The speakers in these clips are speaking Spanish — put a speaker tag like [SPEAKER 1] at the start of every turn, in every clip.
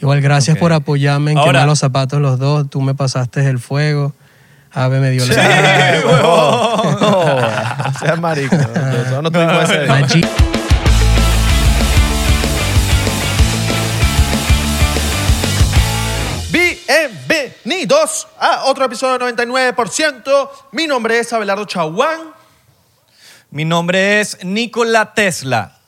[SPEAKER 1] Igual gracias
[SPEAKER 2] Ok.
[SPEAKER 1] por apoyarme en
[SPEAKER 3] Ahora-
[SPEAKER 1] quemar los zapatos los dos. Tú me pasaste el fuego. Ave me dio la
[SPEAKER 2] ¡Eh, huevón! No seas marico. Nosotros no tuvimos ese-
[SPEAKER 1] Machi-
[SPEAKER 2] Bienvenidos a otro episodio de 99%. Mi nombre es Abelardo Chaguán.
[SPEAKER 3] Mi nombre es Nikola Tesla.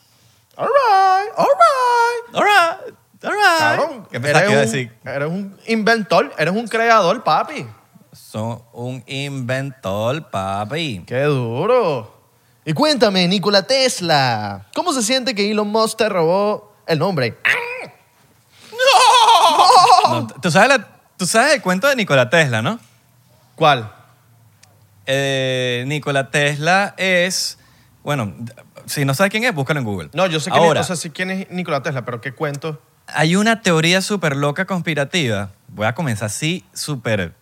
[SPEAKER 2] All right, all right.
[SPEAKER 3] All right, all right.
[SPEAKER 2] Cabrón,
[SPEAKER 3] ¿Qué pensás que iba a
[SPEAKER 2] eres,
[SPEAKER 3] decir?
[SPEAKER 2] un, eres un inventor, eres un creador, papi.
[SPEAKER 3] Son un inventor, papi.
[SPEAKER 2] Qué duro. Y cuéntame, Nikola Tesla, ¿cómo se siente que Elon Musk te robó el nombre?
[SPEAKER 3] Oh. No, ¿tú, sabes la- tú sabes el cuento de Nikola Tesla, ¿no?
[SPEAKER 2] ¿Cuál?
[SPEAKER 3] Eh, Nikola Tesla es... Bueno, si no sabes quién es, búscalo en Google.
[SPEAKER 2] No, yo sé quién,
[SPEAKER 3] Ahora,
[SPEAKER 2] es, o sea, sí quién es Nikola Tesla, pero ¿qué cuento?
[SPEAKER 3] hay una teoría súper loca conspirativa. Voy a comenzar así, súper...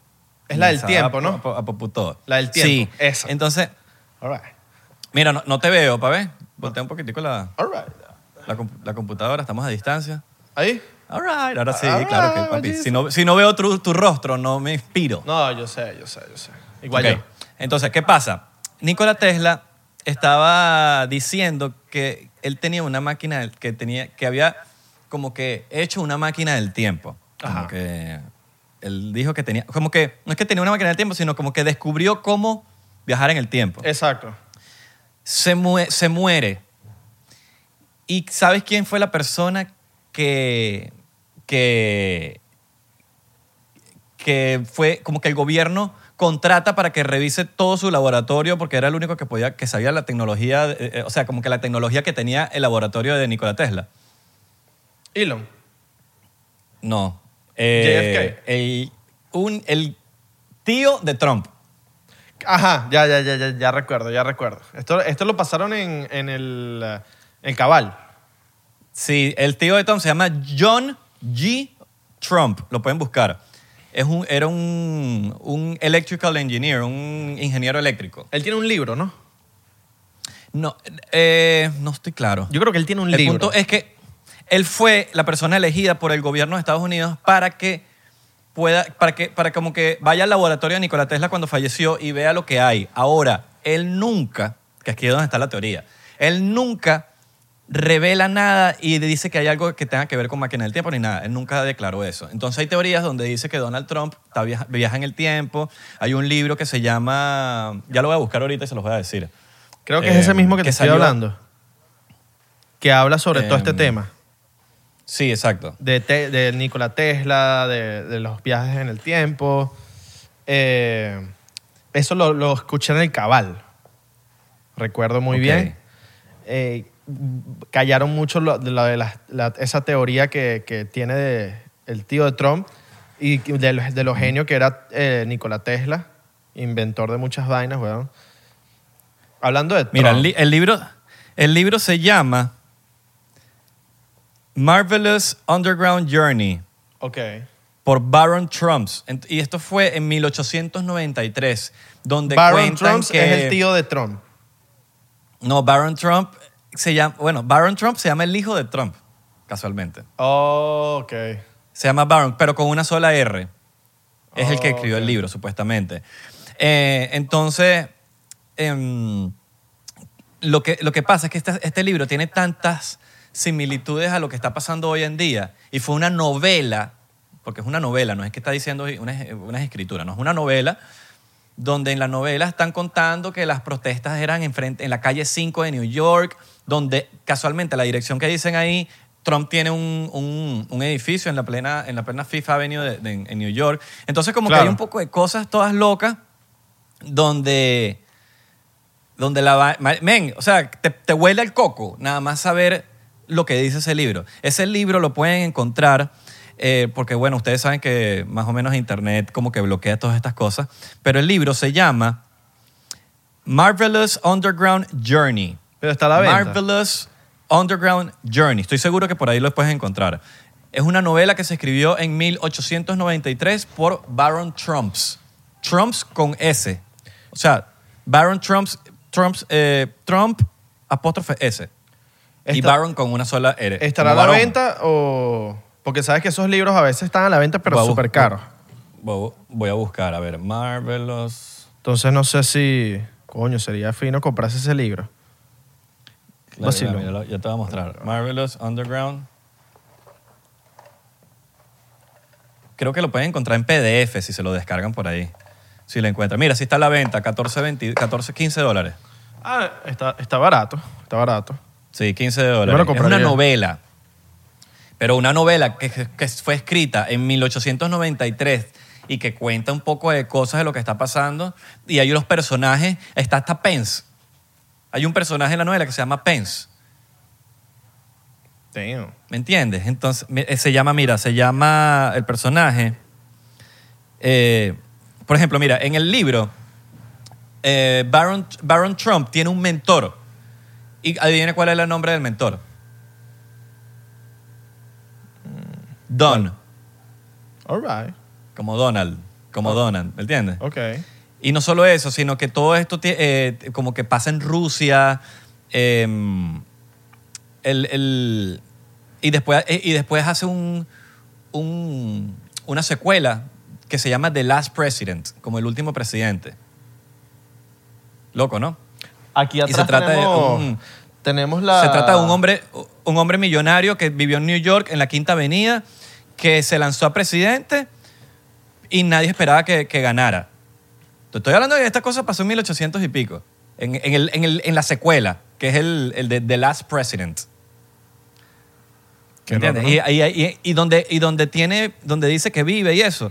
[SPEAKER 2] Es la del
[SPEAKER 3] lanzada
[SPEAKER 2] tiempo,
[SPEAKER 3] a-
[SPEAKER 2] ¿no?
[SPEAKER 3] a- a poputó.
[SPEAKER 2] La del tiempo,
[SPEAKER 3] Sí.
[SPEAKER 2] esa.
[SPEAKER 3] Entonces,
[SPEAKER 2] All right,
[SPEAKER 3] mira, no, no te veo, pa' ver. Voltea un poquitico la,
[SPEAKER 2] all right.
[SPEAKER 3] la comp- la computadora, estamos a distancia.
[SPEAKER 2] ¿Ahí?
[SPEAKER 3] All right, ahora sí,
[SPEAKER 2] All
[SPEAKER 3] claro que
[SPEAKER 2] right,
[SPEAKER 3] papi.
[SPEAKER 2] Jesus.
[SPEAKER 3] Si no, si no veo tu, tu rostro, no me inspiro.
[SPEAKER 2] No, yo sé, yo sé, yo sé. Igual
[SPEAKER 3] Ok.
[SPEAKER 2] yo.
[SPEAKER 3] Entonces, ¿qué pasa? Nikola Tesla estaba diciendo que él tenía una máquina del- que tenía que había como que hecho una máquina del tiempo. Como
[SPEAKER 2] Ajá.
[SPEAKER 3] que él dijo que tenía como que no es que tenía una máquina del tiempo, sino como que descubrió cómo viajar en el tiempo.
[SPEAKER 2] Exacto.
[SPEAKER 3] se, mue- se muere. ¿Y sabes quién fue la persona que, que, que fue como que el gobierno contrata para que revise todo su laboratorio porque era el único que podía, que sabía la tecnología, eh, eh, o sea, como que la tecnología que tenía el laboratorio de Nikola Tesla?
[SPEAKER 2] Elon.
[SPEAKER 3] No. Eh, El, un- el tío de Trump.
[SPEAKER 2] Ajá, ya, ya, ya, ya, ya recuerdo, ya recuerdo. Esto, esto lo pasaron en, en el, eh, en cabal.
[SPEAKER 3] Sí, el tío de Trump se llama John G. Trump. Lo pueden buscar. Es un, era un, un electrical engineer, un ingeniero eléctrico.
[SPEAKER 2] Él tiene un libro, ¿no?
[SPEAKER 3] No, eh, no estoy claro.
[SPEAKER 2] Yo creo que él tiene un
[SPEAKER 3] el
[SPEAKER 2] libro.
[SPEAKER 3] punto es que él fue la persona elegida por el gobierno de Estados Unidos para que pueda, para que, para como que vaya al laboratorio de Nikola Tesla cuando falleció y vea lo que hay. Ahora, él nunca, que aquí es donde está la teoría, él nunca revela nada y dice que hay algo que tenga que ver con máquina del tiempo ni nada. Él nunca declaró eso. Entonces hay teorías donde dice que Donald Trump está viaja, viaja en el tiempo. Hay un libro que se llama, ya lo voy a buscar ahorita y se los voy a decir.
[SPEAKER 2] Creo que es ese
[SPEAKER 3] em,
[SPEAKER 2] mismo que, te
[SPEAKER 3] que
[SPEAKER 2] estoy
[SPEAKER 3] salió-
[SPEAKER 2] hablando. Que habla sobre todo este
[SPEAKER 3] Em,
[SPEAKER 2] tema.
[SPEAKER 3] Sí, exacto.
[SPEAKER 2] De, te- de Nikola Tesla, de, de los viajes en el tiempo. Eh, eso lo, lo escuché en el cabal. Recuerdo muy
[SPEAKER 3] Ok.
[SPEAKER 2] bien. Eh, callaron mucho lo- de la- de las- la- esa teoría que, que tiene de- el tío de Trump y de, los- de lo genio que era eh, Nikola Tesla, inventor de muchas vainas, weón. Hablando de Trump.
[SPEAKER 3] Mira, el, li- el libro, el libro se llama Marvelous Underground Journey
[SPEAKER 2] Ok.
[SPEAKER 3] por Baron Trumps. Ent- Y esto fue en 1893, donde
[SPEAKER 2] Baron
[SPEAKER 3] cuentan
[SPEAKER 2] Trump
[SPEAKER 3] que...
[SPEAKER 2] es el tío de Trump.
[SPEAKER 3] No, Baron Trump se llama... Bueno, Baron Trump se llama el hijo de Trump, casualmente.
[SPEAKER 2] Oh, ok.
[SPEAKER 3] Se llama Baron, pero con una sola R. Es el que
[SPEAKER 2] Oh,
[SPEAKER 3] escribió
[SPEAKER 2] ok.
[SPEAKER 3] el libro, supuestamente. Eh, entonces, em, lo, que, lo que pasa es que esta- este libro tiene tantas similitudes a lo que está pasando hoy en día. Y fue una novela, porque es una novela, no es que está diciendo una, una escritura, no, es una novela donde en la novela están contando que las protestas eran en, frente- en la calle 5 de New York, donde casualmente la dirección que dicen ahí, Trump tiene un, un- un edificio en la plena, en la plena Fifth Avenue de- de- en New York. Entonces como
[SPEAKER 2] Claro.
[SPEAKER 3] que hay un poco de cosas todas locas donde... Donde la va- ma- Men, o sea, te, te huele el coco, nada más saber lo que dice ese libro. Ese libro lo pueden encontrar, eh, porque bueno, ustedes saben que más o menos Internet como que bloquea todas estas cosas, pero el libro se llama Marvelous Underground Journey.
[SPEAKER 2] Pero está a la venta.
[SPEAKER 3] Marvelous Underground Journey. Estoy seguro que por ahí lo puedes encontrar. Es una novela que se escribió en 1893 por Baron Trumps. Trumps con S. O sea, Baron Trumps, Trumps, eh, Trump, apóstrofe S. y
[SPEAKER 2] Esta-
[SPEAKER 3] Baron con una sola R.
[SPEAKER 2] ¿Estará a
[SPEAKER 3] como
[SPEAKER 2] la
[SPEAKER 3] varón.
[SPEAKER 2] venta o.? Porque sabes que esos libros a veces están a la venta, pero
[SPEAKER 3] Voy a
[SPEAKER 2] súper
[SPEAKER 3] bus-
[SPEAKER 2] caros.
[SPEAKER 3] Voy voy a buscar, a ver, Marvelous.
[SPEAKER 2] Entonces no sé si, coño, sería fino comprarse ese libro.
[SPEAKER 3] Claro,
[SPEAKER 2] Vacilo.
[SPEAKER 3] ya, míralo, ya te voy a mostrar. Marvelous Underground. Creo que lo pueden encontrar en PDF si se lo descargan por ahí. Si lo encuentran. Mira, si está a la venta, 14, 20 14, 15 dólares.
[SPEAKER 2] Ah, está, está barato, está barato.
[SPEAKER 3] Sí, 15 dólares. Es
[SPEAKER 2] compraría.
[SPEAKER 3] una novela. Pero una novela que, que fue escrita en 1893 y que cuenta un poco de cosas de lo que está pasando. Y hay unos personajes. Está hasta Pence. Hay un personaje en la novela que se llama Pence.
[SPEAKER 2] Damn.
[SPEAKER 3] ¿Me entiendes? Entonces, mi- eh, se llama, mira, se llama el personaje. eh, por ejemplo, mira, en el libro, eh, Baron, Baron Trump tiene un mentor. Y adivina cuál es el nombre del mentor. Don,
[SPEAKER 2] All right.
[SPEAKER 3] como Donald, como Donald, ¿me entiendes?
[SPEAKER 2] Ok.
[SPEAKER 3] Y no solo eso, sino que todo esto tie- eh, como que pasa en Rusia. em, el- el- y, después, eh, y después hace un, un- una secuela que se llama The Last President, como el último presidente. Loco, ¿no?
[SPEAKER 2] Aquí
[SPEAKER 3] atrás tenemos-
[SPEAKER 2] tenemos la...
[SPEAKER 3] Se trata de un hombre, un hombre millonario que vivió en New York, en la Quinta Avenida, que se lanzó a presidente y nadie esperaba que, que ganara. Te estoy hablando de que esta cosa pasó en 1800 y pico, en, en el- en el- en la secuela, que es el, el de The Last President.
[SPEAKER 2] Qué
[SPEAKER 3] ¿Entiendes?
[SPEAKER 2] loco,
[SPEAKER 3] Y, y- y- y donde, y donde tiene, donde dice que vive y eso,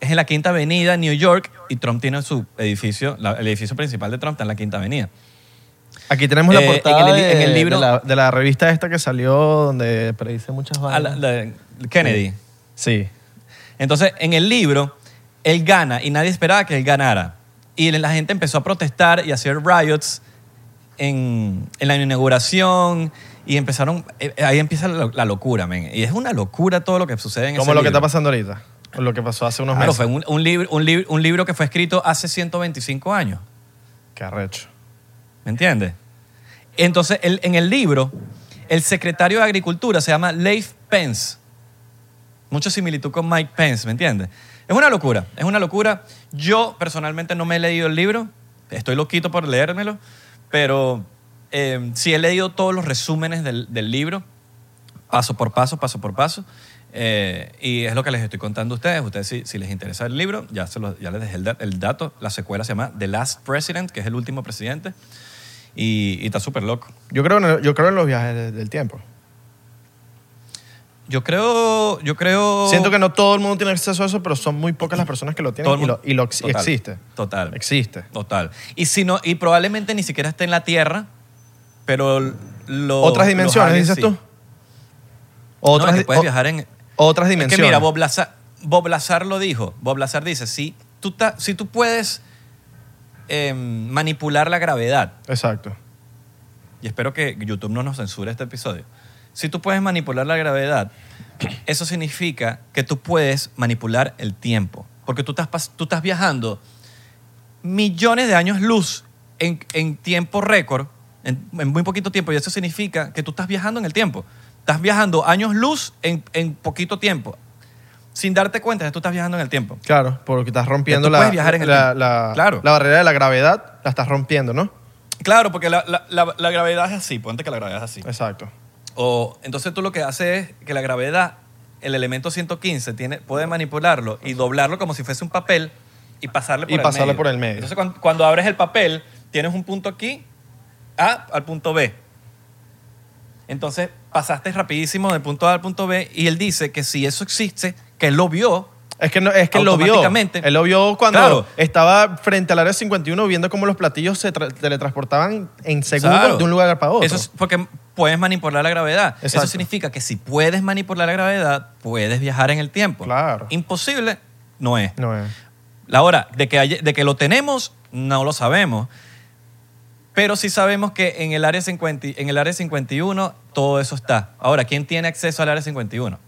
[SPEAKER 3] es en la Quinta Avenida, New York, y Trump tiene su edificio, la- el edificio principal de Trump está en la Quinta Avenida.
[SPEAKER 2] Aquí tenemos
[SPEAKER 3] Eh,
[SPEAKER 2] la
[SPEAKER 3] en el
[SPEAKER 2] portada
[SPEAKER 3] li-
[SPEAKER 2] de,
[SPEAKER 3] en el libro-
[SPEAKER 2] de la, de la revista esta que salió donde predice muchas
[SPEAKER 3] Ah,
[SPEAKER 2] vainas.
[SPEAKER 3] la- la- Kennedy.
[SPEAKER 2] Sí.
[SPEAKER 3] Entonces, en el libro, él gana y nadie esperaba que él ganara. Y la gente empezó a protestar y a hacer riots en, en la inauguración y empezaron, eh, ahí empieza la, la locura, men. Y es una locura todo lo que sucede en
[SPEAKER 2] Como
[SPEAKER 3] ese
[SPEAKER 2] lo que
[SPEAKER 3] libro.
[SPEAKER 2] está pasando ahorita. O Lo que pasó hace unos
[SPEAKER 3] Claro, fue
[SPEAKER 2] meses.
[SPEAKER 3] un, un libro, un, libro, un libro que fue escrito hace 125 años.
[SPEAKER 2] Qué arrecho.
[SPEAKER 3] ¿Me entiendes? Entonces, el- en el libro, el secretario de Agricultura se llama Leif Pence. Mucha similitud con Mike Pence, ¿me entiendes? Es una locura, es una locura. Yo personalmente no me he leído el libro, estoy loquito por leérmelo, pero eh, sí he leído todos los resúmenes del, del libro, paso por paso, paso por paso, eh, y es lo que les estoy contando a ustedes. Ustedes, si, si les interesa el libro, ya, se los- ya les dejé el, da- el dato. La secuela se llama The Last President, que es el último presidente, y, y está súper loco.
[SPEAKER 2] Yo creo, en el- yo creo en los viajes de- del tiempo.
[SPEAKER 3] Yo creo, yo creo...
[SPEAKER 2] Siento que no todo el mundo tiene acceso a eso, pero son muy pocas las personas que lo
[SPEAKER 3] Todo el
[SPEAKER 2] tienen y lo,
[SPEAKER 3] mundo-
[SPEAKER 2] y lo ex-
[SPEAKER 3] Total,
[SPEAKER 2] existe.
[SPEAKER 3] Total.
[SPEAKER 2] Existe.
[SPEAKER 3] Total. Y, si no, y probablemente ni siquiera esté en la Tierra, pero lo-
[SPEAKER 2] Otras
[SPEAKER 3] los
[SPEAKER 2] dimensiones,
[SPEAKER 3] aliens
[SPEAKER 2] dices
[SPEAKER 3] sí.
[SPEAKER 2] tú.
[SPEAKER 3] No,
[SPEAKER 2] Otras
[SPEAKER 3] es que
[SPEAKER 2] di-
[SPEAKER 3] puedes
[SPEAKER 2] o-
[SPEAKER 3] viajar en...
[SPEAKER 2] Otras
[SPEAKER 3] Es
[SPEAKER 2] dimensiones.
[SPEAKER 3] que mira, Bob Lazar, Bob Lazar lo dijo. Bob Lazar dice, si tú, ta- si tú puedes em, manipular la gravedad,
[SPEAKER 2] Exacto.
[SPEAKER 3] y espero que YouTube no nos censure este episodio, si tú puedes manipular la gravedad, eso significa que tú puedes manipular el tiempo. Porque tú estás, pas- tú estás viajando millones de años luz en, en tiempo récord, en, en muy poquito tiempo, y eso significa que tú estás viajando en el tiempo. Estás viajando años luz en, en poquito tiempo. Sin darte cuenta, tú estás viajando en el tiempo.
[SPEAKER 2] Claro, porque estás rompiendo
[SPEAKER 3] tú
[SPEAKER 2] la,
[SPEAKER 3] puedes viajar en el
[SPEAKER 2] la,
[SPEAKER 3] tiempo.
[SPEAKER 2] la-
[SPEAKER 3] Claro.
[SPEAKER 2] la barrera de la gravedad, la estás rompiendo, ¿no?
[SPEAKER 3] Claro, porque la, la- la- la gravedad es así, ponte que la gravedad es así.
[SPEAKER 2] Exacto.
[SPEAKER 3] O, entonces tú lo que haces es que la gravedad, el elemento 115, tiene, puede manipularlo y doblarlo como si fuese un papel y pasarle por,
[SPEAKER 2] Y
[SPEAKER 3] el,
[SPEAKER 2] pasarle
[SPEAKER 3] medio.
[SPEAKER 2] por el medio.
[SPEAKER 3] Entonces cuan- cuando, abres el papel, tienes un punto aquí A al punto B. Entonces pasaste rapidísimo del punto A al punto B y él dice que si eso existe, que él lo vio,
[SPEAKER 2] Es que, no, es que él lo vio.
[SPEAKER 3] Automáticamente.
[SPEAKER 2] Él lo vio cuando
[SPEAKER 3] Claro.
[SPEAKER 2] estaba frente al área 51 viendo cómo los platillos se tra- teletransportaban en segundos
[SPEAKER 3] Claro.
[SPEAKER 2] de un lugar para otro.
[SPEAKER 3] Eso es porque puedes manipular la gravedad. Eso
[SPEAKER 2] Exacto.
[SPEAKER 3] significa que si puedes manipular la gravedad, puedes viajar en el tiempo.
[SPEAKER 2] Claro.
[SPEAKER 3] Imposible no es.
[SPEAKER 2] No eh, es.
[SPEAKER 3] La hora de que, haya- de que lo tenemos, no lo sabemos. Pero sí sabemos que en el, área 50 en el área 51 todo eso está. Ahora, ¿quién tiene acceso al área 51?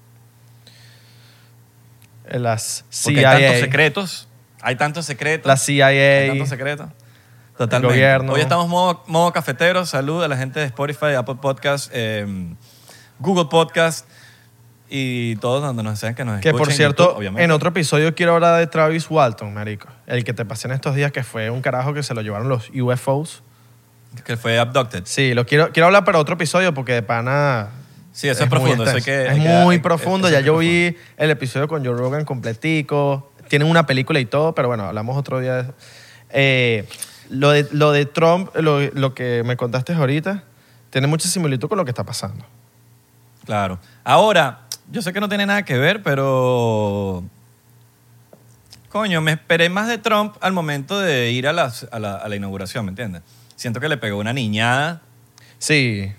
[SPEAKER 2] eh, Las
[SPEAKER 3] Porque
[SPEAKER 2] CIA.
[SPEAKER 3] hay tantos secretos. Hay tantos secretos.
[SPEAKER 2] La CIA.
[SPEAKER 3] Hay tantos secretos. Totalmente.
[SPEAKER 2] El gobierno.
[SPEAKER 3] Hoy estamos modo, modo cafetero. Salud a la gente de Spotify, Apple em, Podcast, eh, Google Podcast, y todos donde nos sean que nos
[SPEAKER 2] Que
[SPEAKER 3] escuchen.
[SPEAKER 2] por
[SPEAKER 3] en
[SPEAKER 2] cierto,
[SPEAKER 3] YouTube, obviamente.
[SPEAKER 2] en otro episodio quiero hablar de Travis Walton, marico. El que te pasé en estos días que fue un carajo que se lo llevaron los UFOs.
[SPEAKER 3] Que fue abducted.
[SPEAKER 2] Sí, lo quiero, quiero hablar para otro episodio porque de pana...
[SPEAKER 3] Sí, eso es profundo,
[SPEAKER 2] muy
[SPEAKER 3] eso hay
[SPEAKER 2] extenso.
[SPEAKER 3] que-
[SPEAKER 2] es
[SPEAKER 3] hay que-
[SPEAKER 2] muy
[SPEAKER 3] hay-
[SPEAKER 2] profundo.
[SPEAKER 3] eso
[SPEAKER 2] Ya
[SPEAKER 3] hay que
[SPEAKER 2] yo vi el episodio con Joe Rogan completico. Tienen una película y todo, pero bueno, hablamos otro día de eso. Eh, lo, de, lo de Trump, lo, lo que me contaste ahorita, tiene mucha similitud con lo que está pasando.
[SPEAKER 3] Claro. Ahora, yo sé que no tiene nada que ver, pero. Coño, me esperé más de Trump al momento de ir a, las- a la, a la inauguración, ¿me entiendes? Siento que le pegó una niñada,
[SPEAKER 2] Sí,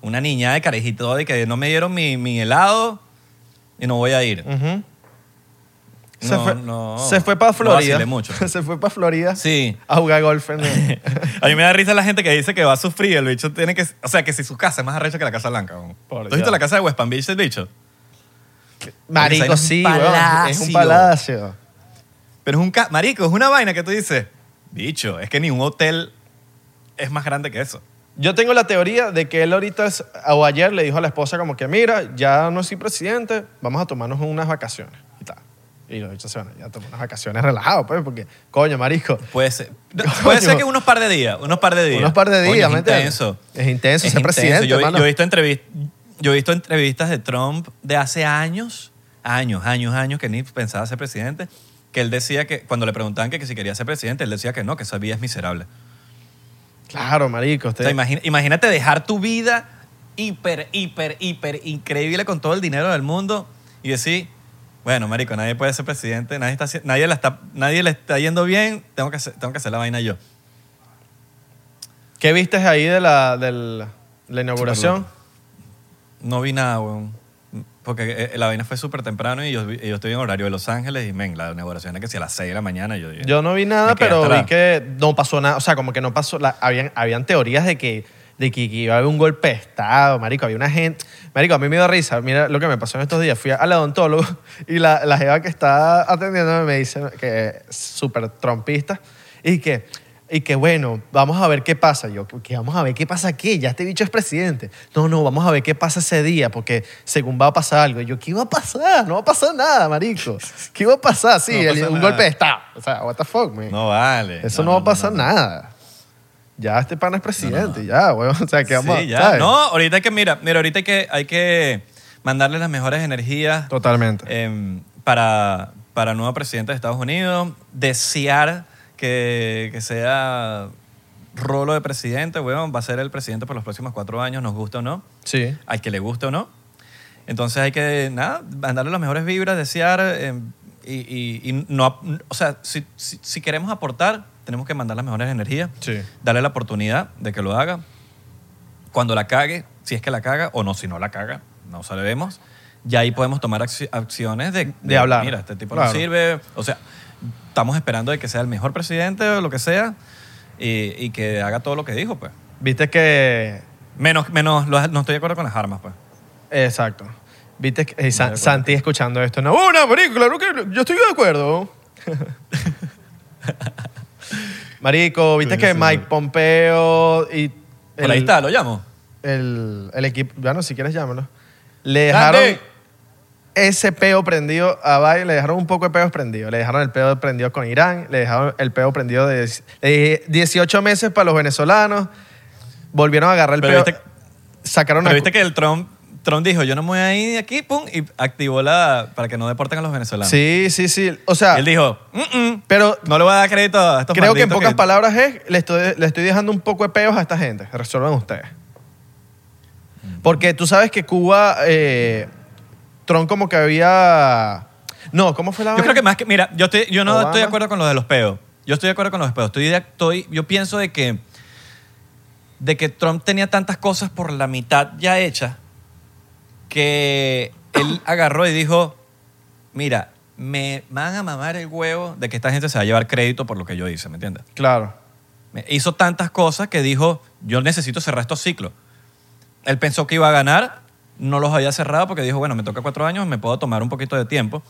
[SPEAKER 3] una niñada de carejito de que no me dieron mi, mi helado y no voy a ir.
[SPEAKER 2] Ujú. Se,
[SPEAKER 3] No,
[SPEAKER 2] fue,
[SPEAKER 3] no.
[SPEAKER 2] se fue para
[SPEAKER 3] No
[SPEAKER 2] Florida.
[SPEAKER 3] vacilé mucho.
[SPEAKER 2] se fue para Florida
[SPEAKER 3] Sí.
[SPEAKER 2] a jugar golf. en el-
[SPEAKER 3] a mí me da risa la gente que dice que va a sufrir. El bicho tiene que. O sea, que si su casa es más arrecha que la Casa Blanca. weón. ¿Tú
[SPEAKER 2] Por
[SPEAKER 3] has
[SPEAKER 2] Dios.
[SPEAKER 3] visto la casa de West Palm Beach, el bicho? Porque
[SPEAKER 2] Marico,
[SPEAKER 3] es un
[SPEAKER 2] sí, weón, es
[SPEAKER 3] palacio.
[SPEAKER 2] un palacio.
[SPEAKER 3] Pero es un ca- marico, es una vaina que tú dices, bicho, es que ni un hotel es más grande que eso.
[SPEAKER 2] Yo tengo la teoría de que él ahorita es- o ayer le dijo a la esposa como que mira, ya no soy presidente, vamos a tomarnos unas vacaciones y tal. Y los bichos se van a tomar unas vacaciones relajados, pues, porque, coño, marico,
[SPEAKER 3] Puede ser, no,
[SPEAKER 2] Coño.
[SPEAKER 3] puede ser que unos par de días, unos par de días.
[SPEAKER 2] Unos par de
[SPEAKER 3] Coño,
[SPEAKER 2] días,
[SPEAKER 3] es
[SPEAKER 2] ¿me entiendes?
[SPEAKER 3] intenso.
[SPEAKER 2] Es intenso ser presidente,
[SPEAKER 3] Yo, vi-
[SPEAKER 2] mano.
[SPEAKER 3] yo he visto entrevist- yo he visto entrevistas de Trump de hace años, años, años, años, que ni pensaba ser presidente, que él decía que, cuando le preguntaban que, que si quería ser presidente, él decía que no, que esa vida es miserable.
[SPEAKER 2] claro, marico.
[SPEAKER 3] O
[SPEAKER 2] usted-
[SPEAKER 3] sea, imagina- imagínate dejar tu vida hiper, hiper, hiper increíble con todo el dinero del mundo y decir, bueno, marico, nadie puede ser presidente, nadie, está, haci- nadie, la está, nadie le está yendo bien, tengo que, hacer, tengo que hacer la vaina yo.
[SPEAKER 2] ¿Qué viste ahí de la, del- la inauguración?
[SPEAKER 3] No vi nada, weón. Porque eh, la vaina fue súper temprano y yo, vi- yo estoy en horario de Los Ángeles y, men, la inauguración es que si a las 6 de la mañana yo dije,
[SPEAKER 2] Yo no vi nada,
[SPEAKER 3] Me quedé
[SPEAKER 2] pero
[SPEAKER 3] hasta la-
[SPEAKER 2] vi que no pasó nada. O sea, como que no pasó. la- habían, habían teorías de que, de que iba a haber un golpe de Estado, marico. Había una gente. Marico, a mí me dio risa. Mira lo que me pasó en estos días. Fui al odontólogo y la, la jeva que está atendiéndome me dice que es súper trompista y que. Y que bueno, vamos a ver qué pasa. Yo, que vamos a ver qué pasa aquí. Ya este bicho es presidente. No, no, vamos a ver qué pasa ese día, porque según va a pasar algo. Y yo, ¿qué va a pasar? No va a pasar nada, marico. ¿Qué va a pasar? Sí,
[SPEAKER 3] No pasa
[SPEAKER 2] el- un
[SPEAKER 3] nada.
[SPEAKER 2] golpe de Estado. O sea, what the fuck, man.
[SPEAKER 3] no vale.
[SPEAKER 2] Eso no, va a pasar nada. Ya este pana es presidente, ya, weón. O sea, que vamos
[SPEAKER 3] Sí, ya.
[SPEAKER 2] ¿sabes?
[SPEAKER 3] No, ahorita hay que, mira, mira, ahorita hay que, hay que mandarle las mejores energías
[SPEAKER 2] Totalmente.
[SPEAKER 3] em, para, para el nuevo presidente de Estados Unidos, desear que, que sea rolo de presidente, weón, va a ser el presidente por los próximos cuatro años, nos gusta o no,
[SPEAKER 2] sí.
[SPEAKER 3] al que le guste o no. Entonces hay que, nada, mandarle las mejores vibras, desear em, y, y- y no, ap- o sea, si, si- si queremos aportar, tenemos que mandar las mejores energías,
[SPEAKER 2] Sí.
[SPEAKER 3] darle la oportunidad de que lo haga. Cuando la cague, si es que la caga, o no, si no la caga, no sabemos, ya ahí podemos tomar acci- acciones de,
[SPEAKER 2] De hablar.
[SPEAKER 3] Mira, este tipo
[SPEAKER 2] Claro.
[SPEAKER 3] no sirve, o sea, estamos esperando de que sea el mejor presidente o lo que sea, y, y que haga todo lo que dijo, pues.
[SPEAKER 2] Viste que.
[SPEAKER 3] Menos, menos, los- no estoy de acuerdo con las armas, pues.
[SPEAKER 2] Exacto. Viste que. eh, Sa-
[SPEAKER 3] acuerdo.
[SPEAKER 2] Santi escuchando esto. No, una, marico, claro que yo estoy de acuerdo. marico, viste
[SPEAKER 3] Coño,
[SPEAKER 2] que
[SPEAKER 3] sí,
[SPEAKER 2] Mike Pompeo y.
[SPEAKER 3] Por ahí está, lo llamo.
[SPEAKER 2] El, el equipo. Bueno, si quieres, llámalo. Le dejaron.
[SPEAKER 3] ¡Santi!
[SPEAKER 2] ese peo prendido a Biden, le dejaron un poco de peos prendidos. Le dejaron el peo prendido con Irán, le dejaron el peo prendido de le dije 18 meses para los venezolanos. Volvieron a agarrar el
[SPEAKER 3] Pero
[SPEAKER 2] peo.
[SPEAKER 3] viste-
[SPEAKER 2] sacaron a
[SPEAKER 3] Pero viste que el Trump, Trump dijo, yo no me voy a ir de aquí, pum, y activó la, para que no deporten a los venezolanos.
[SPEAKER 2] Sí, sí, sí. O sea,
[SPEAKER 3] Y él dijo, "Mm, mm,
[SPEAKER 2] pero
[SPEAKER 3] no le voy a dar crédito a estos
[SPEAKER 2] creo que en
[SPEAKER 3] malditos
[SPEAKER 2] pocas palabras es, le estoy, le estoy dejando un poco de peos a esta gente. Resuelvan ustedes.
[SPEAKER 3] Mm.
[SPEAKER 2] Porque tú sabes que Cuba, eh, Trump como que había... No, ¿cómo fue la
[SPEAKER 3] Yo creo
[SPEAKER 2] vaina?
[SPEAKER 3] que más que, mira, yo, estoy- yo no
[SPEAKER 2] Obama.
[SPEAKER 3] estoy de acuerdo con lo de los peos. Yo estoy de acuerdo con los peos. Estoy de- estoy, yo pienso de que, de que Trump tenía tantas cosas por la mitad ya hechas que él agarró y dijo, mira, me van a mamar el huevo de que esta gente se va a llevar crédito por lo que yo hice, ¿me entiendes?
[SPEAKER 2] Claro.
[SPEAKER 3] Me- Hizo tantas cosas que dijo, yo necesito cerrar estos ciclos. Él pensó que iba a ganar, no los había cerrado porque dijo, bueno, me toca cuatro años, me puedo tomar un poquito de tiempo.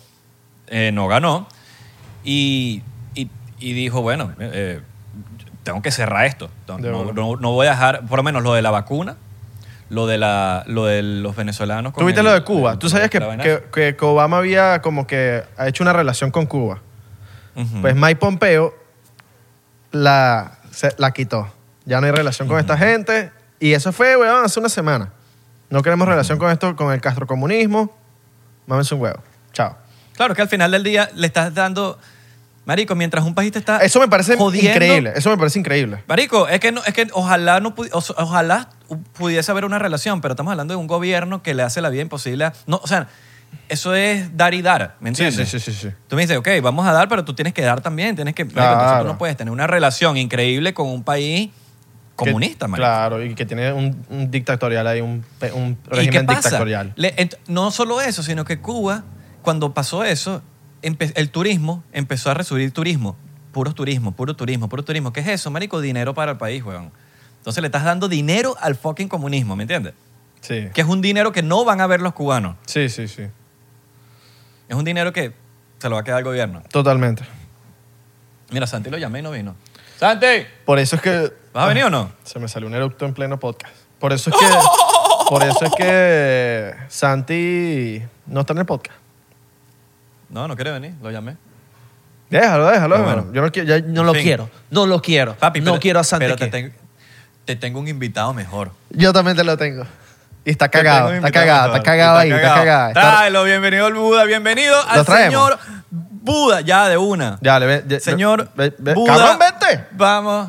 [SPEAKER 3] Eh, no ganó. Y, y- y dijo, bueno, eh, tengo que cerrar esto. No,
[SPEAKER 2] De
[SPEAKER 3] no-
[SPEAKER 2] bola.
[SPEAKER 3] no- no voy a dejar, por lo menos lo de la vacuna, lo de, la, lo de los venezolanos. con
[SPEAKER 2] Tú viste
[SPEAKER 3] el-
[SPEAKER 2] lo de Cuba. Tú sabías que,
[SPEAKER 3] la vaina?
[SPEAKER 2] que, que- que Obama había como que ha hecho una relación con Cuba.
[SPEAKER 3] Ujú.
[SPEAKER 2] Pues Mike Pompeo la, se- la quitó. Ya no hay relación con esta gente. Y eso fue, weón, hace una semana. No queremos relación con esto, con el castrocomunismo. Mámense un huevo. Chao.
[SPEAKER 3] Claro que al final del día le estás dando. Marico, mientras un país te está.
[SPEAKER 2] Eso me parece
[SPEAKER 3] Ah, jodiendo-
[SPEAKER 2] increíble. Eso me parece increíble.
[SPEAKER 3] Marico, es que, no, es que ojalá, no pudi- o- ojalá pudiese haber una relación, pero estamos hablando de un gobierno que le hace la vida imposible. a- no, o sea, eso es dar y dar, ¿me
[SPEAKER 2] Sí,
[SPEAKER 3] entiendes?
[SPEAKER 2] sí, sí, sí, sí.
[SPEAKER 3] Tú me dices, ok, vamos a dar, pero tú tienes que dar también. Tienes que, marico, entonces
[SPEAKER 2] Claro.
[SPEAKER 3] tú no puedes tener una relación increíble con un país
[SPEAKER 2] Que-
[SPEAKER 3] comunista, marico.
[SPEAKER 2] Claro, y que tiene un, un dictatorial ahí, un, pe- un
[SPEAKER 3] ¿Y qué
[SPEAKER 2] régimen
[SPEAKER 3] pasa?
[SPEAKER 2] dictatorial.
[SPEAKER 3] Le- ent- no solo eso, sino que Cuba, cuando pasó eso, empe- el turismo empezó a resurgir turismo. Puro turismo, puro turismo, puro turismo. ¿Qué es eso, marico? Dinero para el país, weón. Entonces le estás dando dinero al fucking comunismo, ¿me entiendes?
[SPEAKER 2] Sí.
[SPEAKER 3] Que es un dinero que no van a ver los cubanos.
[SPEAKER 2] Sí, sí, sí.
[SPEAKER 3] Es un dinero que se lo va a quedar el gobierno.
[SPEAKER 2] Totalmente.
[SPEAKER 3] Mira, Santi lo llamé y no vino. ¡Santi!
[SPEAKER 2] Por eso es que.
[SPEAKER 3] ¿Vas a venir o no?
[SPEAKER 2] Se me salió un eructo en pleno podcast. Por eso es que. Por eso es que Santi no está en el podcast.
[SPEAKER 3] No, no quiere venir, lo llamé.
[SPEAKER 2] Déjalo, déjalo,
[SPEAKER 3] Pero bueno.
[SPEAKER 2] hermano. Yo no, qui- ya
[SPEAKER 1] No
[SPEAKER 2] no
[SPEAKER 1] lo
[SPEAKER 3] En fin.
[SPEAKER 1] quiero, no lo quiero.
[SPEAKER 3] Papi,
[SPEAKER 1] no
[SPEAKER 3] pero-
[SPEAKER 1] quiero a Santi
[SPEAKER 3] Pero
[SPEAKER 1] aquí.
[SPEAKER 3] te tengo, te tengo un invitado mejor.
[SPEAKER 2] Yo también te lo tengo. Y está
[SPEAKER 3] Te
[SPEAKER 2] cagado,
[SPEAKER 3] tengo
[SPEAKER 2] está
[SPEAKER 3] invitado
[SPEAKER 2] cagado,
[SPEAKER 3] mejor.
[SPEAKER 2] está cagado ahí, está cagado. Está-
[SPEAKER 3] Tráelo, bienvenido al Buda, bienvenido al
[SPEAKER 2] traemos?
[SPEAKER 3] señor Buda, ya de una.
[SPEAKER 2] Ya, le ve. ya-
[SPEAKER 3] Señor
[SPEAKER 2] ve- ve-
[SPEAKER 3] Buda.
[SPEAKER 2] ¡Cabrón, vete!
[SPEAKER 3] Vamos.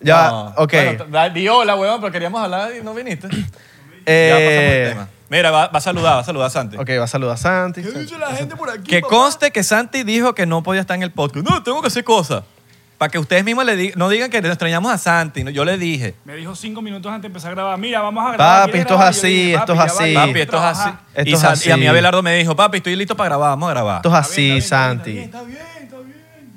[SPEAKER 2] Ya,
[SPEAKER 3] No.
[SPEAKER 2] ok.
[SPEAKER 3] Bueno, da- di hola, huevón, pero queríamos hablar y no viniste. ya pasamos el
[SPEAKER 2] eh,
[SPEAKER 3] tema. Mira, va, va a saludar, va a saludar a Santi.
[SPEAKER 2] ok, va a saludar a Santi.
[SPEAKER 3] la gente por aquí? Que conste que Santi dijo que no podía estar en el podcast. No, tengo que hacer cosas. Para que ustedes mismos le di- no digan que extrañamos a Santi. no, Yo le dije.
[SPEAKER 4] Me dijo cinco minutos antes de empezar a grabar. Mira, vamos a grabar.
[SPEAKER 2] Papi,
[SPEAKER 4] ¿Quieres
[SPEAKER 2] esto es
[SPEAKER 4] grabar? Y yo
[SPEAKER 2] así,
[SPEAKER 4] dije,
[SPEAKER 2] esto es
[SPEAKER 4] "Papi, ya
[SPEAKER 2] así".
[SPEAKER 4] va,
[SPEAKER 3] Papi, esto es así.
[SPEAKER 4] trabajar".
[SPEAKER 2] Esto
[SPEAKER 3] y,
[SPEAKER 2] es
[SPEAKER 3] San- y a
[SPEAKER 2] así.
[SPEAKER 3] mí Abelardo me dijo, papi, estoy listo para grabar, vamos a grabar.
[SPEAKER 2] Esto es
[SPEAKER 4] Está bien,
[SPEAKER 2] así,
[SPEAKER 4] está bien, está
[SPEAKER 2] Santi.
[SPEAKER 4] bien, Está bien, está bien.